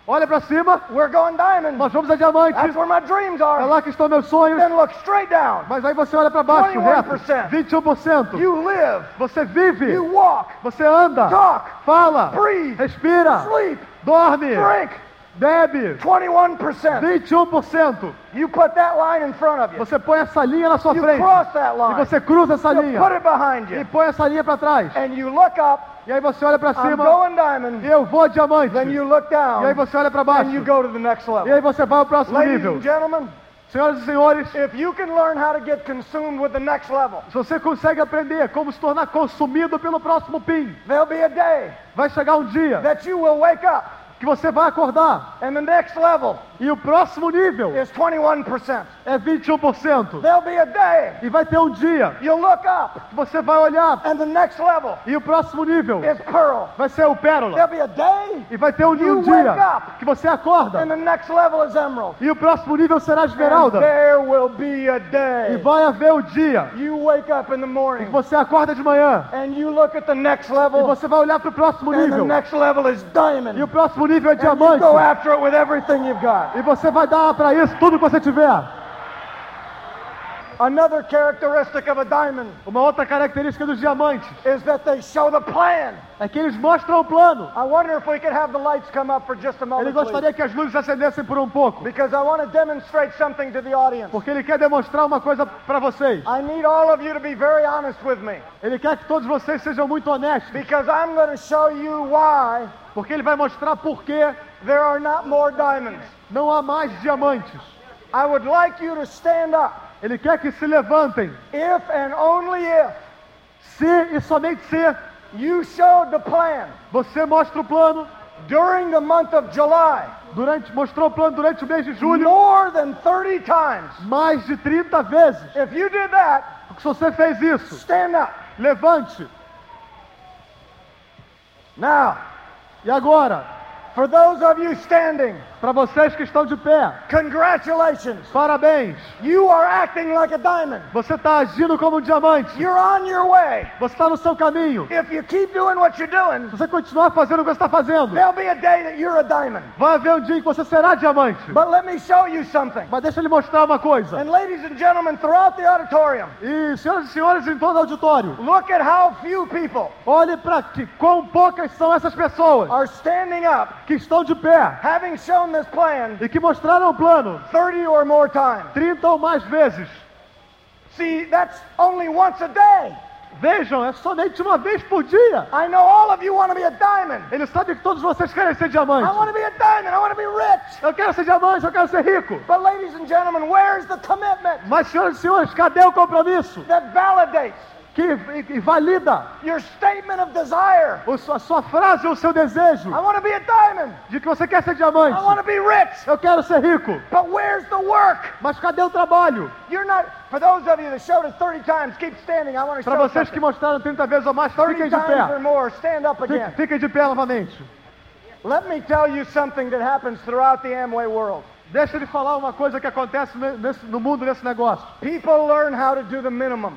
Speaker 2: Olha pra cima.
Speaker 1: We're going diamond.
Speaker 2: Nós vamos a diamante.
Speaker 1: That's where my dreams
Speaker 2: É
Speaker 1: are.
Speaker 2: lá que estão meus sonhos.
Speaker 1: Then look straight down.
Speaker 2: Mas aí você olha pra baixo, reto.
Speaker 1: 21%.
Speaker 2: 21%.
Speaker 1: You live.
Speaker 2: Você vive.
Speaker 1: You walk.
Speaker 2: Você anda.
Speaker 1: Talk.
Speaker 2: Fala.
Speaker 1: Breathe.
Speaker 2: Respira.
Speaker 1: Sleep.
Speaker 2: Dorme.
Speaker 1: Drink.
Speaker 2: Bebe.
Speaker 1: 21%.
Speaker 2: 21%.
Speaker 1: You put that line in front of you.
Speaker 2: Você põe essa linha na sua
Speaker 1: You
Speaker 2: frente.
Speaker 1: cross that
Speaker 2: E
Speaker 1: line.
Speaker 2: você cruza essa
Speaker 1: You
Speaker 2: linha.
Speaker 1: put it behind
Speaker 2: E
Speaker 1: you.
Speaker 2: põe essa linha pra trás.
Speaker 1: And you look up.
Speaker 2: E aí você olha pra
Speaker 1: I'm
Speaker 2: cima.
Speaker 1: going diamond.
Speaker 2: Eu vou a diamante.
Speaker 1: Then you look
Speaker 2: E aí
Speaker 1: down.
Speaker 2: você olha pra
Speaker 1: And
Speaker 2: baixo.
Speaker 1: you go to the next
Speaker 2: E
Speaker 1: level.
Speaker 2: aí você vai ao próximo
Speaker 1: Ladies
Speaker 2: nível.
Speaker 1: and gentlemen,
Speaker 2: Senhoras e senhores,
Speaker 1: if you can learn how to get consumed with the next level,
Speaker 2: se você consegue aprender como se tornar consumido pelo próximo PIN,
Speaker 1: there'll be a day
Speaker 2: vai chegar um dia
Speaker 1: that you will wake up
Speaker 2: que você vai acordar
Speaker 1: and the next level
Speaker 2: e o próximo nível
Speaker 1: is 21%.
Speaker 2: é 21%.
Speaker 1: There'll be a day
Speaker 2: E vai ter um dia
Speaker 1: you look up
Speaker 2: que você vai olhar
Speaker 1: and the next level
Speaker 2: e o próximo nível
Speaker 1: is pearl.
Speaker 2: vai ser o
Speaker 1: There'll
Speaker 2: Pérola.
Speaker 1: be a day
Speaker 2: E vai ter um,
Speaker 1: You
Speaker 2: um
Speaker 1: wake
Speaker 2: dia
Speaker 1: up.
Speaker 2: que você
Speaker 1: and
Speaker 2: acorda
Speaker 1: the next level is emerald.
Speaker 2: e o próximo nível será
Speaker 1: And
Speaker 2: Esmeralda.
Speaker 1: there will be a
Speaker 2: E
Speaker 1: day
Speaker 2: vai haver o dia
Speaker 1: you wake up in the
Speaker 2: que
Speaker 1: morning
Speaker 2: você acorda de manhã
Speaker 1: and you look at the next
Speaker 2: e
Speaker 1: level
Speaker 2: você vai olhar para o próximo
Speaker 1: and the
Speaker 2: nível.
Speaker 1: next level is diamond.
Speaker 2: E o próximo nível é
Speaker 1: And you
Speaker 2: diamante.
Speaker 1: go after it with everything you've got.
Speaker 2: E você vai dar pra isso tudo que você tiver.
Speaker 1: Another characteristic of a diamond
Speaker 2: Uma outra característica dos diamantes
Speaker 1: is that they show the plan.
Speaker 2: é que eles mostram o plano.
Speaker 1: I wonder if we could have the lights come up for just a
Speaker 2: Ele
Speaker 1: moment, please.
Speaker 2: gostaria que as luzes acendessem por um pouco,
Speaker 1: because I want to demonstrate something to the audience.
Speaker 2: porque ele quer demonstrar uma coisa pra vocês.
Speaker 1: I need all of you to be very honest with me,
Speaker 2: Ele quer que todos vocês sejam muito honestos,
Speaker 1: because I'm going to show you why
Speaker 2: porque ele vai mostrar por que
Speaker 1: there are not more diamonds.
Speaker 2: não há mais diamantes.
Speaker 1: I would like you to stand up
Speaker 2: Ele quer que se levantem,
Speaker 1: if and only if
Speaker 2: se e somente se
Speaker 1: you showed the plan
Speaker 2: você mostra o plano
Speaker 1: during the month of July
Speaker 2: durante mostrou o plano durante o mês de julho
Speaker 1: more than 30 times.
Speaker 2: mais de 30 vezes.
Speaker 1: If you did that,
Speaker 2: Porque se você fez isso,
Speaker 1: stand up.
Speaker 2: levante.
Speaker 1: Now,
Speaker 2: E agora,
Speaker 1: For those of you standing,
Speaker 2: Para vocês que estão de pé,
Speaker 1: congratulations.
Speaker 2: parabéns.
Speaker 1: You are acting like a diamond.
Speaker 2: Você está agindo como um diamante.
Speaker 1: You're on your way.
Speaker 2: Você está no seu caminho.
Speaker 1: If you keep doing what you're doing,
Speaker 2: Se você continuar fazendo o que você está fazendo,
Speaker 1: there'll be a day that you're a diamond.
Speaker 2: vai haver um dia em que você será diamante.
Speaker 1: But let me show you something.
Speaker 2: Mas deixa eu lhe mostrar uma coisa.
Speaker 1: And ladies and gentlemen, throughout the auditorium,
Speaker 2: E, senhoras e senhores, em todo o auditório,
Speaker 1: look at how few people
Speaker 2: olhe para que quão poucas são essas pessoas
Speaker 1: are standing up,
Speaker 2: que estão de pé
Speaker 1: having shown this plan
Speaker 2: e que mostraram o plano
Speaker 1: 30 or more times.
Speaker 2: 30 ou mais vezes.
Speaker 1: See, that's only once a day.
Speaker 2: Vejam, é somente uma vez por dia.
Speaker 1: I know all of you want to be a diamond.
Speaker 2: Ele sabe que todos vocês querem ser
Speaker 1: I want
Speaker 2: diamante.
Speaker 1: to be a diamond. I want to be rich.
Speaker 2: Eu quero ser diamante, eu quero ser rico.
Speaker 1: But ladies and gentlemen, where's the commitment
Speaker 2: Mas, senhoras e senhores, cadê o compromisso
Speaker 1: that validates
Speaker 2: que que valida
Speaker 1: your statement of desire?
Speaker 2: o su- a sua frase ou o seu desejo
Speaker 1: I want to be a diamond.
Speaker 2: de que você quer ser
Speaker 1: I want
Speaker 2: diamante?
Speaker 1: to be rich.
Speaker 2: Eu quero ser rico.
Speaker 1: But where's the work?
Speaker 2: Mas cadê o trabalho?
Speaker 1: You're not. For those of you that showed us 30 times, keep standing. I want to
Speaker 2: Para
Speaker 1: show
Speaker 2: vocês que
Speaker 1: something.
Speaker 2: mostraram 30 vezes ou mais,
Speaker 1: 30
Speaker 2: fiquem de
Speaker 1: times or
Speaker 2: pé.
Speaker 1: more, stand up
Speaker 2: Fiquem-
Speaker 1: again.
Speaker 2: Fiquem de pé novamente.
Speaker 1: Let me tell you something that happens throughout the Amway world.
Speaker 2: Deixa ele falar uma coisa que acontece ne- nesse- no mundo nesse negócio.
Speaker 1: People learn how to do the minimum.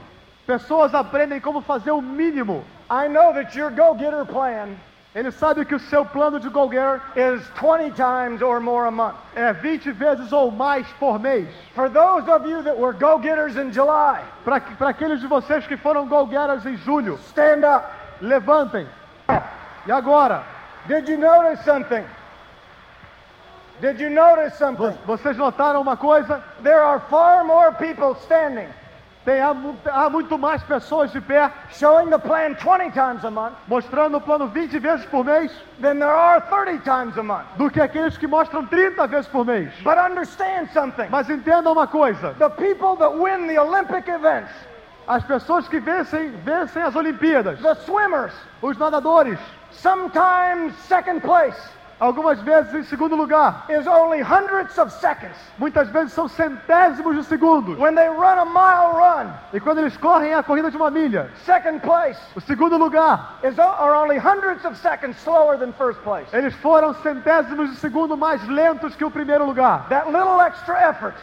Speaker 2: Pessoas aprendem como fazer o mínimo.
Speaker 1: I know that your go-getter plan
Speaker 2: Ele sabe que o seu plano de Golguer
Speaker 1: is 20 times or more a month.
Speaker 2: é 20 vezes ou mais por mês.
Speaker 1: For those of you that were go-getters in July,
Speaker 2: Para aqueles de vocês que foram Golgueras em julho,
Speaker 1: stand up.
Speaker 2: levantem. E agora?
Speaker 1: Did you notice something? Did you notice
Speaker 2: Vo-
Speaker 1: something?
Speaker 2: Vocês notaram uma coisa?
Speaker 1: There are far more people standing,
Speaker 2: Tem, há, mu- há muito mais pessoas de pé
Speaker 1: showing the plan 20 times a month,
Speaker 2: mostrando o plano 20 vezes por mês
Speaker 1: than there are 30 times a month.
Speaker 2: do que aqueles que mostram 30 vezes por mês.
Speaker 1: But understand something.
Speaker 2: Mas entenda uma coisa:
Speaker 1: The people that win the Olympic events,
Speaker 2: as pessoas que vencem, vencem as Olimpíadas,
Speaker 1: the swimmers,
Speaker 2: os nadadores,
Speaker 1: sometimes second place
Speaker 2: algumas vezes em segundo lugar,
Speaker 1: is only hundreds of seconds.
Speaker 2: muitas vezes são centésimos de segundo.
Speaker 1: When they run a mile run,
Speaker 2: E quando eles correm a corrida de uma milha,
Speaker 1: second place
Speaker 2: o segundo lugar,
Speaker 1: is o- are only hundreds of seconds slower than first place.
Speaker 2: eles foram centésimos de segundo mais lentos que o primeiro lugar.
Speaker 1: That little extra effort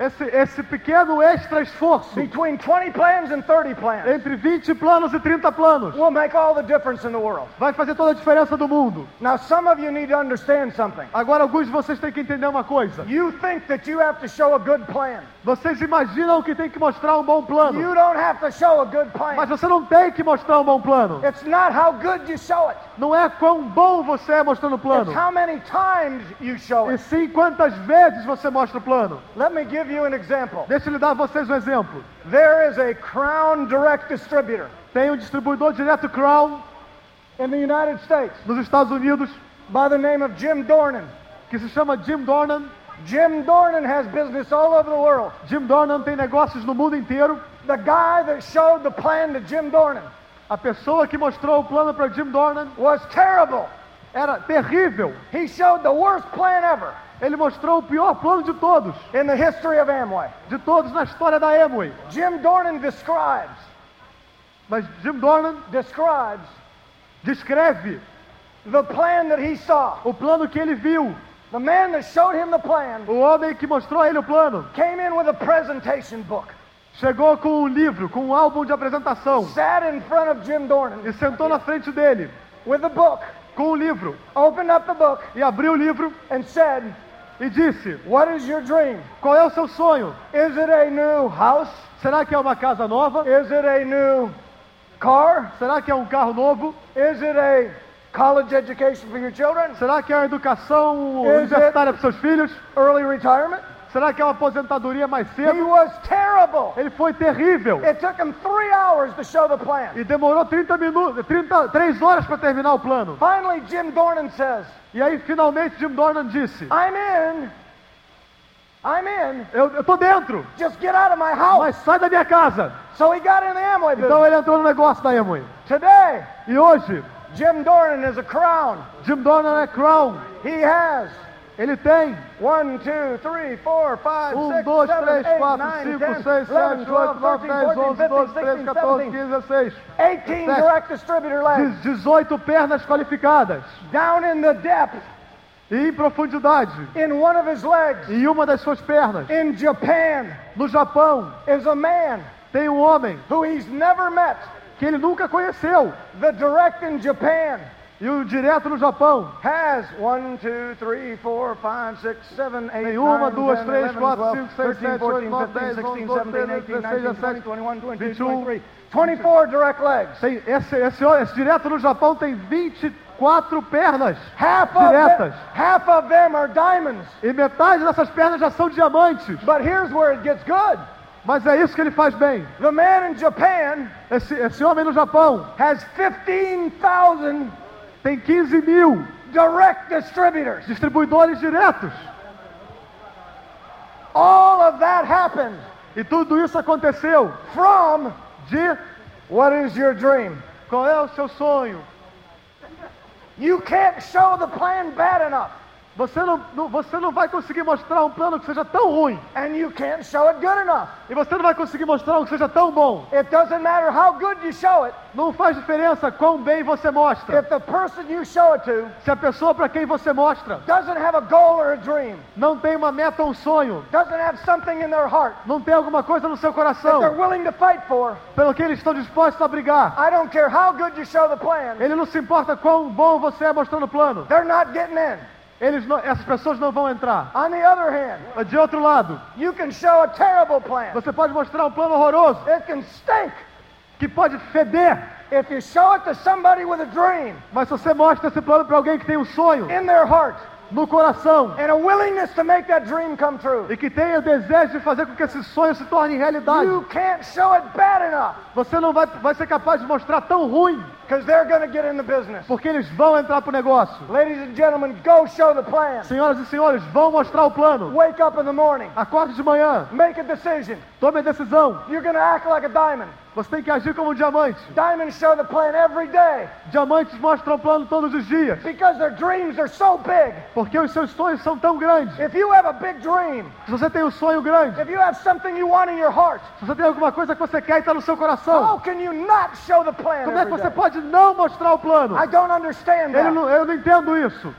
Speaker 2: Esse, esse pequeno extra esforço
Speaker 1: between 20 plans and 30 plans
Speaker 2: entre 20 planos e 30 planos
Speaker 1: will make all the difference in the world.
Speaker 2: vai fazer toda a diferença do mundo.
Speaker 1: Now, some of you need to understand something.
Speaker 2: Agora, alguns de vocês têm que entender uma coisa.
Speaker 1: You think that you have to show a good plan.
Speaker 2: Vocês imaginam que tem que mostrar um bom plano,
Speaker 1: You don't have to show a good
Speaker 2: mas
Speaker 1: plan.
Speaker 2: você não tem que mostrar um bom plano.
Speaker 1: It's not how good you show it.
Speaker 2: Não é quão bom você é mostrando o plano,
Speaker 1: It's how many times you show
Speaker 2: e
Speaker 1: it.
Speaker 2: sim quantas vezes você mostra o plano.
Speaker 1: Let me give you an example.
Speaker 2: Deixa eu dar a vocês um exemplo.
Speaker 1: There is a Crown Direct Distributor
Speaker 2: Tem um distribuidor direto Crown
Speaker 1: in the United States
Speaker 2: nos Estados Unidos
Speaker 1: by the name of Jim Dornan.
Speaker 2: que se chama Jim Dornan.
Speaker 1: Jim Dornan has business all over the world.
Speaker 2: Jim Dornan tem negócios no mundo inteiro.
Speaker 1: The guy that showed the plan to Jim Dornan
Speaker 2: A pessoa que mostrou o plano para Jim Dornan
Speaker 1: was terrible.
Speaker 2: era terrível.
Speaker 1: He showed the worst plan ever
Speaker 2: Ele mostrou o pior plano de todos,
Speaker 1: in the history of Amway.
Speaker 2: de todos na história da Amway.
Speaker 1: Jim Dornan describes
Speaker 2: Mas Jim Dornan
Speaker 1: describes
Speaker 2: descreve
Speaker 1: the plan that he saw.
Speaker 2: o plano que ele viu.
Speaker 1: The man that showed him the plan
Speaker 2: O homem que mostrou a ele o plano
Speaker 1: came in with a presentation book,
Speaker 2: chegou com um livro, com um álbum de apresentação
Speaker 1: sat in front of Jim Dornan
Speaker 2: e sentou na frente dele
Speaker 1: with a book,
Speaker 2: com o livro
Speaker 1: opened up the book,
Speaker 2: e abriu o livro
Speaker 1: and said,
Speaker 2: e disse:
Speaker 1: What is your dream?
Speaker 2: Qual é o seu sonho?
Speaker 1: Is it a new house?
Speaker 2: Será que é uma casa nova?
Speaker 1: Is it a new car?
Speaker 2: Será que é um carro novo?
Speaker 1: Is it a college education for your children?
Speaker 2: Será que é uma educação
Speaker 1: Is it-
Speaker 2: universitária para seus filhos?
Speaker 1: Early retirement?
Speaker 2: Será que é uma aposentadoria mais
Speaker 1: He
Speaker 2: cedo?
Speaker 1: was terrible.
Speaker 2: Ele foi terrível
Speaker 1: It took him three hours to show the plan.
Speaker 2: e demorou 30 minutos, 30, 3 horas para terminar o plano.
Speaker 1: Finally, Jim Dornan says,
Speaker 2: E aí finalmente Jim Dornan disse:
Speaker 1: I'm in. I'm in.
Speaker 2: Eu, eu tô dentro,
Speaker 1: Just get out of my house.
Speaker 2: mas sai da minha casa.
Speaker 1: So he got in the Amway business.
Speaker 2: Então ele entrou no negócio da Amway.
Speaker 1: Today,
Speaker 2: E hoje,
Speaker 1: Jim Dornan is a crown.
Speaker 2: Jim Dornan é Crown.
Speaker 1: He has
Speaker 2: Ele tem
Speaker 1: one, two, three, four, five,
Speaker 2: um,
Speaker 1: six,
Speaker 2: dois,
Speaker 1: seven,
Speaker 2: três,
Speaker 1: eight,
Speaker 2: quatro,
Speaker 1: nine,
Speaker 2: cinco,
Speaker 1: ten,
Speaker 2: seis,
Speaker 1: eleven,
Speaker 2: sete,
Speaker 1: twelve,
Speaker 2: oito, nove,
Speaker 1: thirteen,
Speaker 2: dez,
Speaker 1: fourteen,
Speaker 2: onze, doze,
Speaker 1: fifteen,
Speaker 2: treze,
Speaker 1: sixteen, seventeen. 18
Speaker 2: 14, 15, 16.
Speaker 1: direct distributor labs
Speaker 2: Dez- 18 pernas qualificadas.
Speaker 1: down in the depth
Speaker 2: e em profundidade,
Speaker 1: in one of his legs
Speaker 2: em uma das suas pernas.
Speaker 1: in Japan
Speaker 2: No Japão
Speaker 1: is a man
Speaker 2: tem um homem
Speaker 1: who he's never met.
Speaker 2: que ele nunca conheceu.
Speaker 1: The direct in Japan
Speaker 2: E o direto no Japão.
Speaker 1: has one, two, three, four, five, six, seven, eight,
Speaker 2: Tem uma,
Speaker 1: nine,
Speaker 2: duas,
Speaker 1: 10,
Speaker 2: três,
Speaker 1: 11,
Speaker 2: quatro,
Speaker 1: 12,
Speaker 2: cinco, seis,
Speaker 1: 13,
Speaker 2: sete,
Speaker 1: 14,
Speaker 2: oito, nove,
Speaker 1: 15,
Speaker 2: dez,
Speaker 1: 16,
Speaker 2: onze,
Speaker 1: 17, 18, 19, 20,
Speaker 2: 16,
Speaker 1: 21, 22,
Speaker 2: 21.
Speaker 1: 23. 24 direct legs.
Speaker 2: Tem esse, esse, homem- esse direto no Japão tem 24 pernas.
Speaker 1: Half of, them,
Speaker 2: Diretas.
Speaker 1: half of them are diamonds.
Speaker 2: E metade dessas pernas já são diamantes.
Speaker 1: But here's where it gets good.
Speaker 2: Mas é isso que ele faz bem.
Speaker 1: The man in Japan
Speaker 2: Esse, esse homem no Japão
Speaker 1: has 15,000
Speaker 2: tem 15 mil
Speaker 1: direct distributors.
Speaker 2: distribuidores diretos.
Speaker 1: All of that happened
Speaker 2: E tudo isso aconteceu
Speaker 1: from
Speaker 2: de.
Speaker 1: what is your dream?
Speaker 2: Qual é o seu sonho?
Speaker 1: You can't show the plan bad enough,
Speaker 2: Você não, não- você não vai conseguir mostrar um plano que seja tão ruim.
Speaker 1: and you can't show it good enough.
Speaker 2: E você não vai conseguir mostrar um que seja tão bom.
Speaker 1: It doesn't matter how good you show it,
Speaker 2: Não faz diferença quão bem você mostra.
Speaker 1: if the person you show it to
Speaker 2: Se a pessoa para quem você mostra
Speaker 1: doesn't have a goal or a dream,
Speaker 2: não tem uma meta ou um sonho,
Speaker 1: doesn't have something in their heart
Speaker 2: não tem alguma coisa no seu
Speaker 1: that they're
Speaker 2: coração
Speaker 1: willing to fight for,
Speaker 2: pelo que eles estão dispostos a brigar,
Speaker 1: I don't care how good you show the plan,
Speaker 2: ele não se importa quão bom você é mostrando o plano.
Speaker 1: they're not getting in.
Speaker 2: Eles não- essas pessoas não vão entrar.
Speaker 1: On the other hand,
Speaker 2: Mas De outro lado,
Speaker 1: you can show a terrible plan.
Speaker 2: você pode mostrar um plano horroroso
Speaker 1: It can stink.
Speaker 2: que pode feder,
Speaker 1: If you show it to somebody with a dream
Speaker 2: mas se você mostra esse plano para alguém que tem um sonho
Speaker 1: in their heart
Speaker 2: no coração
Speaker 1: and a willingness to make that dream come true,
Speaker 2: e que tenha o desejo de fazer com que esse sonho se torne realidade,
Speaker 1: you can't show it bad enough
Speaker 2: você não vai, vai ser capaz de mostrar tão ruim
Speaker 1: because they're going to get in the business.
Speaker 2: porque eles vão entrar pro negócio.
Speaker 1: Ladies and gentlemen, go show the plan.
Speaker 2: Senhoras e senhores, vão mostrar o plano.
Speaker 1: Wake up in the morning.
Speaker 2: Acorde de manhã,
Speaker 1: Make a decision.
Speaker 2: tome a decisão.
Speaker 1: You're going to act like a diamond.
Speaker 2: Você tem que agir como um diamante.
Speaker 1: Diamonds show the plan every day
Speaker 2: Diamantes mostram o plano todos os dias,
Speaker 1: because their dreams are so big.
Speaker 2: porque os seus sonhos são tão grandes.
Speaker 1: If you have a big dream,
Speaker 2: Se você tem um sonho grande,
Speaker 1: if you have something you want in your heart,
Speaker 2: se você tem alguma coisa que você quer e está no seu coração,
Speaker 1: how can you not show the plan?
Speaker 2: como é que
Speaker 1: Every
Speaker 2: você
Speaker 1: day?
Speaker 2: pode não mostrar o plano?
Speaker 1: I don't understand
Speaker 2: Ele
Speaker 1: that.
Speaker 2: não- eu não entendo isso.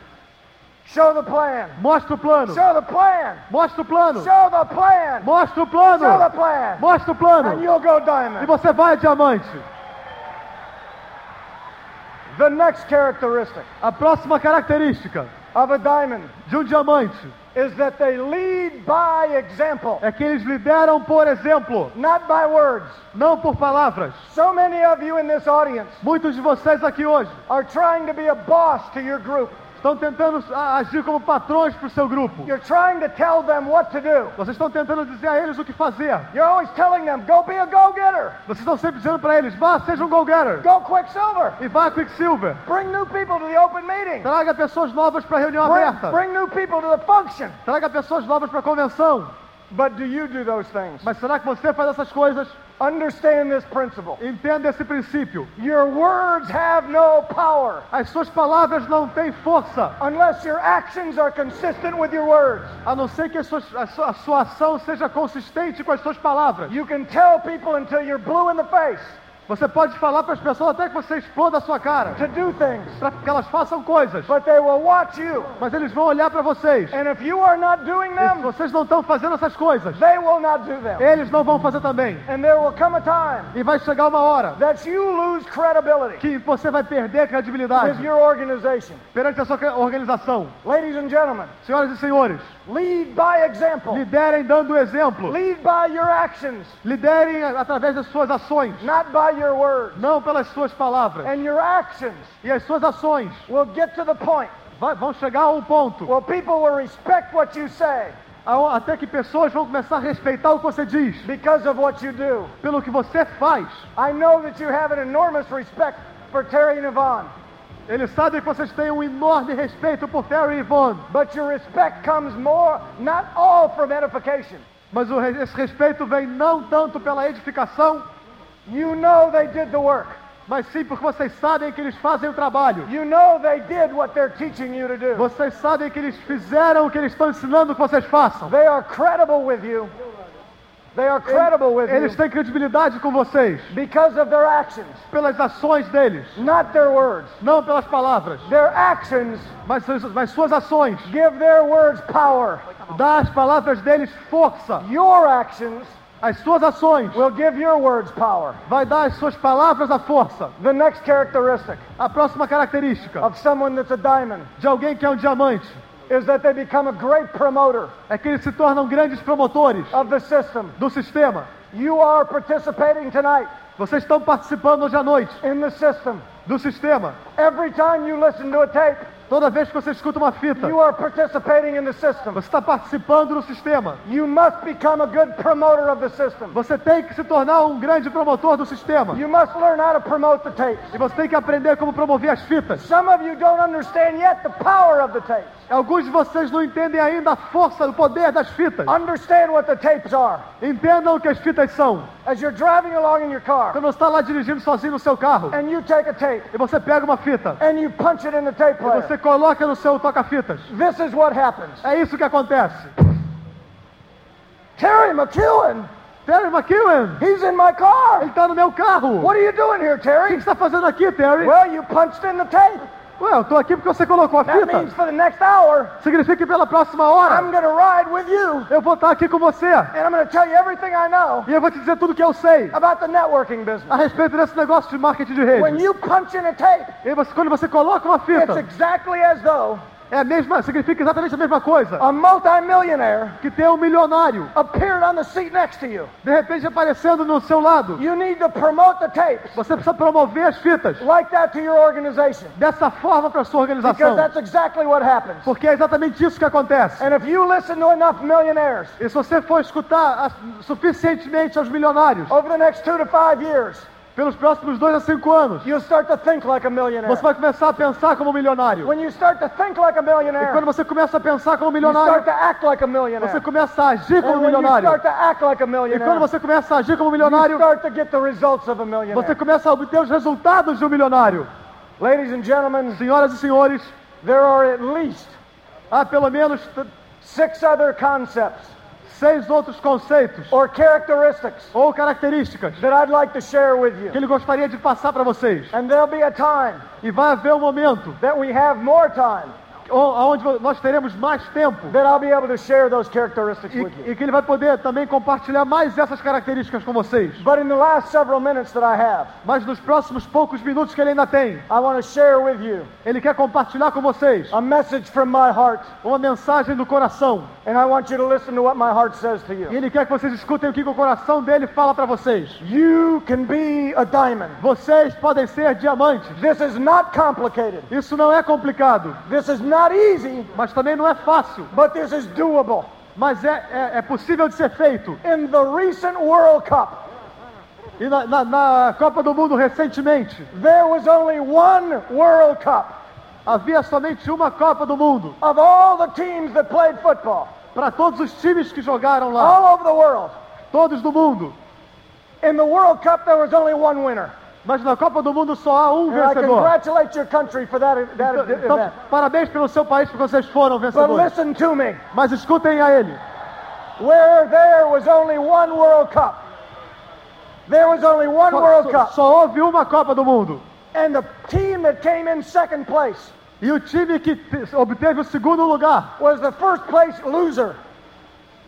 Speaker 1: Show the plan.
Speaker 2: Mostra o plano.
Speaker 1: Show the plan.
Speaker 2: Mostra o plano.
Speaker 1: Show the plan.
Speaker 2: Mostra o plano.
Speaker 1: Show the plan.
Speaker 2: Mostra o
Speaker 1: And
Speaker 2: plano.
Speaker 1: you'll go
Speaker 2: E
Speaker 1: diamond.
Speaker 2: você vai, diamante.
Speaker 1: The next characteristic
Speaker 2: A próxima característica
Speaker 1: of a diamond
Speaker 2: de um diamante
Speaker 1: is that they lead by example,
Speaker 2: é que eles lideram por exemplo,
Speaker 1: not by words.
Speaker 2: não por palavras.
Speaker 1: So many of you in this audience
Speaker 2: Muitos de vocês aqui hoje
Speaker 1: are trying to be a boss to your group.
Speaker 2: estão tentando a- agir como patrões para o seu grupo.
Speaker 1: You're trying to tell them what to do.
Speaker 2: Vocês estão tentando dizer a eles o que fazer.
Speaker 1: You're always telling them, go be a go-getter.
Speaker 2: Vocês estão sempre dizendo para eles, vá, seja um go-getter.
Speaker 1: Go Quicksilver.
Speaker 2: E vá, Quicksilver.
Speaker 1: Bring new people to the open meeting.
Speaker 2: Traga pessoas novas para a reunião
Speaker 1: Bring,
Speaker 2: aberta.
Speaker 1: bring new people to the function.
Speaker 2: Traga pessoas novas para a convenção.
Speaker 1: But do you do those things?
Speaker 2: Mas será que você faz essas coisas?
Speaker 1: Understand this principle.
Speaker 2: Entenda esse princípio.
Speaker 1: Your words have no power
Speaker 2: As suas palavras não têm força,
Speaker 1: unless your actions are consistent with your words.
Speaker 2: a não ser que as suas- a sua, a sua ação seja consistente com as suas palavras.
Speaker 1: You can tell people until you're blue in the face
Speaker 2: Você pode falar para as pessoas até que você exploda a sua cara,
Speaker 1: to do things,
Speaker 2: para que elas façam coisas.
Speaker 1: but they will watch you.
Speaker 2: Mas eles vão olhar para vocês.
Speaker 1: And if you are not doing
Speaker 2: E se
Speaker 1: them,
Speaker 2: vocês não estão fazendo essas coisas,
Speaker 1: they will not do them.
Speaker 2: eles não vão fazer também.
Speaker 1: And there will come a time
Speaker 2: E vai chegar uma hora
Speaker 1: that you lose credibility
Speaker 2: que você vai perder a
Speaker 1: with
Speaker 2: credibilidade
Speaker 1: your organization.
Speaker 2: perante a sua organização.
Speaker 1: Ladies and gentlemen,
Speaker 2: Senhoras e senhores,
Speaker 1: lead by example.
Speaker 2: liderem dando exemplo.
Speaker 1: Lead by your actions,
Speaker 2: Liderem a- através das suas ações,
Speaker 1: not by your words.
Speaker 2: não pelas suas palavras.
Speaker 1: And your actions
Speaker 2: E as suas ações
Speaker 1: will get to the point
Speaker 2: vai- vão chegar a um ponto
Speaker 1: where people will respect what you say
Speaker 2: a- até que pessoas vão começar a respeitar o que você diz,
Speaker 1: because of what you do.
Speaker 2: pelo que você faz.
Speaker 1: I know that you have an enormous respect for Terry and Yvonne,
Speaker 2: Eles sabem que vocês têm um enorme respeito por Terry e Yvonne,
Speaker 1: but your respect comes more, not all from edification.
Speaker 2: mas o re- esse respeito vem não tanto pela edificação,
Speaker 1: You know they did the work.
Speaker 2: mas sim porque vocês sabem que eles fazem o trabalho.
Speaker 1: You know they did what they're teaching you to do.
Speaker 2: Vocês sabem que eles fizeram o que eles estão ensinando que vocês façam.
Speaker 1: They are credible with you. They are credible with
Speaker 2: Eles
Speaker 1: you
Speaker 2: têm credibilidade com vocês
Speaker 1: because of their actions,
Speaker 2: pelas ações deles,
Speaker 1: not their words.
Speaker 2: não pelas palavras.
Speaker 1: Their actions
Speaker 2: Mas, suas- mas suas ações.
Speaker 1: give their words power.
Speaker 2: Dá às palavras deles força.
Speaker 1: Your actions
Speaker 2: As suas ações.
Speaker 1: will give your words power.
Speaker 2: Vai dar às suas palavras a força.
Speaker 1: The next characteristic
Speaker 2: A próxima característica
Speaker 1: of someone that's a diamond
Speaker 2: de alguém que é um diamante
Speaker 1: is that they become a great promoter
Speaker 2: é que eles se tornam grandes promotores
Speaker 1: of the system.
Speaker 2: do sistema.
Speaker 1: You are participating tonight
Speaker 2: Vocês estão participando hoje à noite
Speaker 1: in the system.
Speaker 2: do sistema.
Speaker 1: Every time you listen to a tape,
Speaker 2: Toda vez que você escuta uma fita,
Speaker 1: you are participating in the system.
Speaker 2: você está participando do sistema.
Speaker 1: You must become a good promoter of the system.
Speaker 2: Você tem que se tornar um grande promotor do sistema.
Speaker 1: You must learn how to promote the tapes.
Speaker 2: E você tem que aprender como promover as fitas.
Speaker 1: Some of you don't understand yet the power of the tapes.
Speaker 2: Alguns de vocês não entendem ainda a força, o poder das fitas.
Speaker 1: Understand what the tapes are.
Speaker 2: Entendam o que as fitas são.
Speaker 1: As you're driving along in your car
Speaker 2: Quando você está lá dirigindo sozinho no seu carro
Speaker 1: and you take a tape
Speaker 2: e você pega uma fita
Speaker 1: and you punch it in the tape
Speaker 2: e
Speaker 1: player,
Speaker 2: você coloca no seu toca-fitas.
Speaker 1: this is what happens.
Speaker 2: É isso que acontece.
Speaker 1: Terry McEwen,
Speaker 2: Terry McEwen,
Speaker 1: he's in my
Speaker 2: ele
Speaker 1: car.
Speaker 2: tá no meu carro.
Speaker 1: What
Speaker 2: O
Speaker 1: are you doing here,
Speaker 2: que
Speaker 1: Terry?
Speaker 2: você tá fazendo aqui, Terry?
Speaker 1: Well, you punched in the tape.
Speaker 2: Ué, eu tô aqui porque você colocou a
Speaker 1: That means
Speaker 2: fita.
Speaker 1: for the next hour,
Speaker 2: Significa que pela próxima
Speaker 1: I'm
Speaker 2: hora
Speaker 1: going to ride with you
Speaker 2: eu vou estar aqui com você.
Speaker 1: and I'm going to tell you everything I know
Speaker 2: E eu vou te dizer tudo que eu sei
Speaker 1: about the networking business.
Speaker 2: a respeito desse negócio de marketing de
Speaker 1: When
Speaker 2: rede.
Speaker 1: you punch in a tape,
Speaker 2: E você, quando você coloca uma
Speaker 1: it's
Speaker 2: fita,
Speaker 1: exactly as though
Speaker 2: é a mesma, significa exatamente a mesma coisa
Speaker 1: a multimillionaire
Speaker 2: que ter um milionário
Speaker 1: appeared on the seat next to you.
Speaker 2: de repente aparecendo no seu lado.
Speaker 1: You need to promote the tapes
Speaker 2: Você precisa promover as fitas
Speaker 1: like that to your organization
Speaker 2: dessa forma para sua
Speaker 1: because
Speaker 2: organização.
Speaker 1: that's exactly what happens.
Speaker 2: Porque é exatamente isso que acontece.
Speaker 1: And if you listen to enough millionaires
Speaker 2: E se você for escutar a- suficientemente aos milionários
Speaker 1: over the next two to five years,
Speaker 2: pelos próximos dois a cinco anos,
Speaker 1: you'll start to think like a millionaire.
Speaker 2: você vai começar a pensar como milionário.
Speaker 1: When you start to think like a
Speaker 2: E quando
Speaker 1: millionaire,
Speaker 2: você começa a pensar como
Speaker 1: you start
Speaker 2: milionário,
Speaker 1: to act like a millionaire.
Speaker 2: você começa a agir como
Speaker 1: And when you
Speaker 2: milionário.
Speaker 1: start to act like a
Speaker 2: E quando
Speaker 1: millionaire,
Speaker 2: você começa a agir como
Speaker 1: you
Speaker 2: milionário,
Speaker 1: start to get the results of a
Speaker 2: você
Speaker 1: millionaire.
Speaker 2: começa a obter os resultados de um milionário.
Speaker 1: Ladies and gentlemen,
Speaker 2: Senhoras e senhores,
Speaker 1: there are at least
Speaker 2: há pelo menos t-
Speaker 1: six other concepts
Speaker 2: seis outros conceitos
Speaker 1: or characteristics
Speaker 2: ou características
Speaker 1: that I'd like to share with you.
Speaker 2: que ele gostaria de passar para vocês.
Speaker 1: And there'll be a time
Speaker 2: E vai haver um momento
Speaker 1: that we have more time
Speaker 2: onde nós teremos mais tempo
Speaker 1: that I'll be able to share those characteristics with you.
Speaker 2: e, e que ele vai poder também compartilhar mais essas características com vocês.
Speaker 1: But in the last several minutes that I have,
Speaker 2: Mas nos próximos poucos minutos que ele ainda tem,
Speaker 1: I want to share with you
Speaker 2: ele quer compartilhar com vocês
Speaker 1: a message from my heart,
Speaker 2: uma mensagem do coração.
Speaker 1: and I want you to listen to what my heart says to
Speaker 2: E
Speaker 1: you.
Speaker 2: ele quer que vocês escutem o que que o coração dele fala para vocês.
Speaker 1: You can be a diamond.
Speaker 2: Vocês podem ser diamantes.
Speaker 1: This is not complicated.
Speaker 2: Isso não é complicado,
Speaker 1: This is not easy,
Speaker 2: mas também não é fácil.
Speaker 1: but this is doable.
Speaker 2: Mas é, é, é possível de ser feito.
Speaker 1: In the recent World Cup,
Speaker 2: E na, na- na Copa do Mundo recentemente,
Speaker 1: there was only one World Cup
Speaker 2: havia somente uma Copa do Mundo
Speaker 1: of all the teams that played football
Speaker 2: para todos os times que jogaram lá,
Speaker 1: all over the world.
Speaker 2: todos do mundo.
Speaker 1: In the World Cup, there was only one winner.
Speaker 2: Mas na Copa do Mundo só há um
Speaker 1: And É, I
Speaker 2: vencedor.
Speaker 1: congratulate your country for that, that
Speaker 2: Então,
Speaker 1: event.
Speaker 2: parabéns pelo seu país, porque vocês foram
Speaker 1: But
Speaker 2: vencedores.
Speaker 1: listen to me.
Speaker 2: Mas escutem a ele.
Speaker 1: Where there was only one World Cup, there was only one World
Speaker 2: Só,
Speaker 1: Cup.
Speaker 2: só houve uma Copa do Mundo.
Speaker 1: And the team that came in second place
Speaker 2: E o time que te- obteve o segundo lugar
Speaker 1: was the first place loser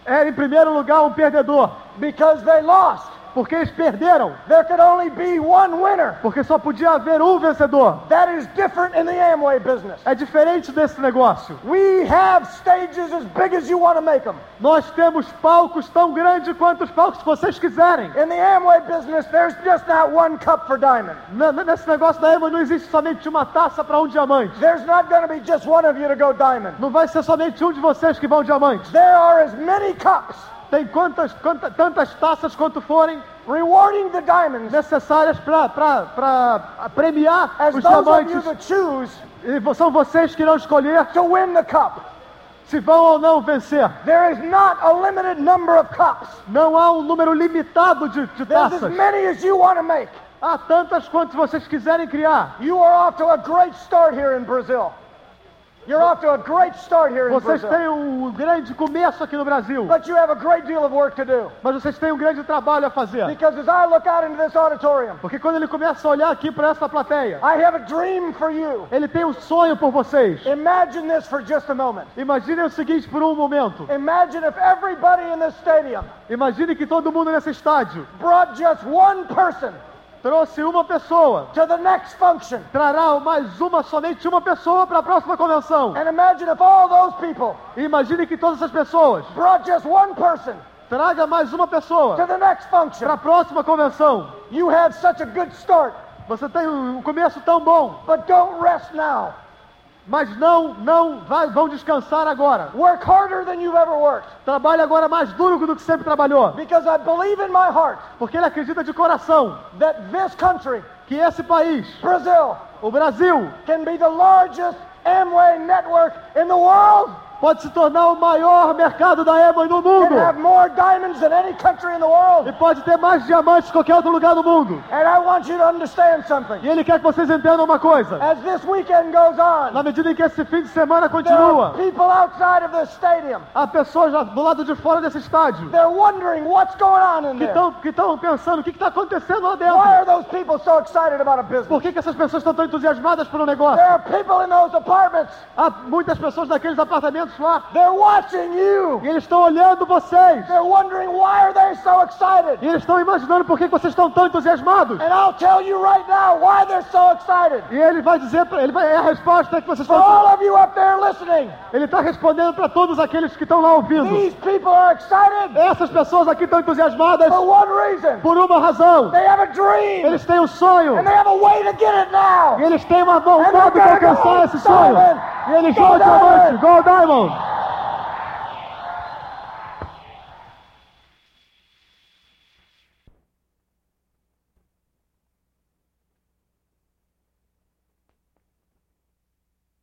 Speaker 2: era, em primeiro lugar, um perdedor.
Speaker 1: because they lost.
Speaker 2: Porque eles perderam.
Speaker 1: There could only be one winner.
Speaker 2: Porque só podia haver um vencedor.
Speaker 1: That is different in the Amway business.
Speaker 2: É diferente desse negócio.
Speaker 1: We have stages as big as you want to make them.
Speaker 2: Nós temos palcos tão grandes quantos palcos vocês quiserem.
Speaker 1: In the Amway business, there's just not one cup for diamond.
Speaker 2: Na- na- Nesse negócio da Ema não existe somente uma taça para um diamante.
Speaker 1: There's not going to be just one of you to go diamond.
Speaker 2: Não vai ser somente um de vocês que vão diamante.
Speaker 1: There are as many cups
Speaker 2: Tem quantas, quanta- tantas taças quanto forem
Speaker 1: rewarding the diamonds
Speaker 2: necessárias para premiar
Speaker 1: as
Speaker 2: os
Speaker 1: those of you
Speaker 2: diamantes.
Speaker 1: that choose
Speaker 2: E vo- são vocês que irão escolher
Speaker 1: to win the cup.
Speaker 2: se vão ou não vencer.
Speaker 1: There is not a limited number of cups.
Speaker 2: Não há um número limitado de, de
Speaker 1: There's as
Speaker 2: taças.
Speaker 1: many as you want to make.
Speaker 2: Há tantas quantas vocês quiserem criar.
Speaker 1: You are off to a great start here in Brazil. You're off to a great start here in
Speaker 2: Vocês
Speaker 1: Brazil.
Speaker 2: têm um grande começo aqui no Brasil,
Speaker 1: But you have a great deal of work to do.
Speaker 2: mas vocês têm um grande trabalho a fazer.
Speaker 1: Because as I look out into this auditorium,
Speaker 2: Porque quando ele começa a olhar aqui para essa plateia,
Speaker 1: I have a dream for you.
Speaker 2: ele tem um sonho por vocês.
Speaker 1: Imagine this for just a moment.
Speaker 2: Imaginem o seguinte por um momento.
Speaker 1: Imagine if everybody in this stadium
Speaker 2: Imagine que todo mundo nesse estádio
Speaker 1: brought just one person
Speaker 2: trouxe uma pessoa.
Speaker 1: to the next function.
Speaker 2: Trará mais uma, somente uma pessoa para a próxima convenção.
Speaker 1: And imagine if all those people
Speaker 2: Imagine que todas essas pessoas
Speaker 1: brought just one person
Speaker 2: traga mais uma
Speaker 1: to
Speaker 2: pessoa
Speaker 1: the next function.
Speaker 2: para a próxima convenção.
Speaker 1: You had such a good start,
Speaker 2: Você tem um começo tão bom,
Speaker 1: but don't rest now.
Speaker 2: mas não, não, vai, vão descansar agora.
Speaker 1: Work harder than you've ever worked
Speaker 2: Trabalhe agora mais duro do que sempre trabalhou,
Speaker 1: because I believe in my heart
Speaker 2: porque ele acredita de coração
Speaker 1: that this country,
Speaker 2: que esse país,
Speaker 1: Brazil,
Speaker 2: o Brasil,
Speaker 1: can be the largest Amway network in the world
Speaker 2: pode se tornar o maior mercado da Amway no
Speaker 1: and
Speaker 2: mundo
Speaker 1: have more diamonds than any country in the
Speaker 2: e
Speaker 1: world.
Speaker 2: pode ter mais diamantes que qualquer outro lugar do mundo.
Speaker 1: And I want you to understand something.
Speaker 2: E ele quer que vocês entendam uma coisa.
Speaker 1: As this weekend goes
Speaker 2: Na
Speaker 1: on,
Speaker 2: medida em que esse fim de semana
Speaker 1: there are
Speaker 2: continua,
Speaker 1: people outside of this stadium.
Speaker 2: há pessoas lá do lado de fora desse estádio
Speaker 1: They're wondering what's going on in
Speaker 2: que
Speaker 1: there.
Speaker 2: estão que estão pensando o que está acontecendo lá
Speaker 1: Why
Speaker 2: dentro.
Speaker 1: are those people so excited about a business?
Speaker 2: Por que, que essas pessoas estão tão entusiasmadas por um negócio?
Speaker 1: There are people in those apartments.
Speaker 2: Há muitas pessoas naqueles apartamentos lá
Speaker 1: They're watching you.
Speaker 2: e eles estão olhando vocês.
Speaker 1: They're wondering why are they so excited?
Speaker 2: E eles estão imaginando por que que vocês estão tão entusiasmados.
Speaker 1: And I'll tell you right now why they're so excited.
Speaker 2: E ele vai dizer, pra, ele vai, é a resposta que vocês
Speaker 1: For
Speaker 2: estão.
Speaker 1: all of you up there listening,
Speaker 2: Ele está respondendo para todos aqueles que estão lá ouvindo.
Speaker 1: these people are excited
Speaker 2: Essas pessoas aqui estão entusiasmadas
Speaker 1: for one reason.
Speaker 2: por uma razão.
Speaker 1: They have a dream
Speaker 2: Eles têm um sonho.
Speaker 1: and they have a way to get it
Speaker 2: E
Speaker 1: now.
Speaker 2: eles têm uma vontade para alcançar esse sonho. E eles vão diamante, Gold Diamond.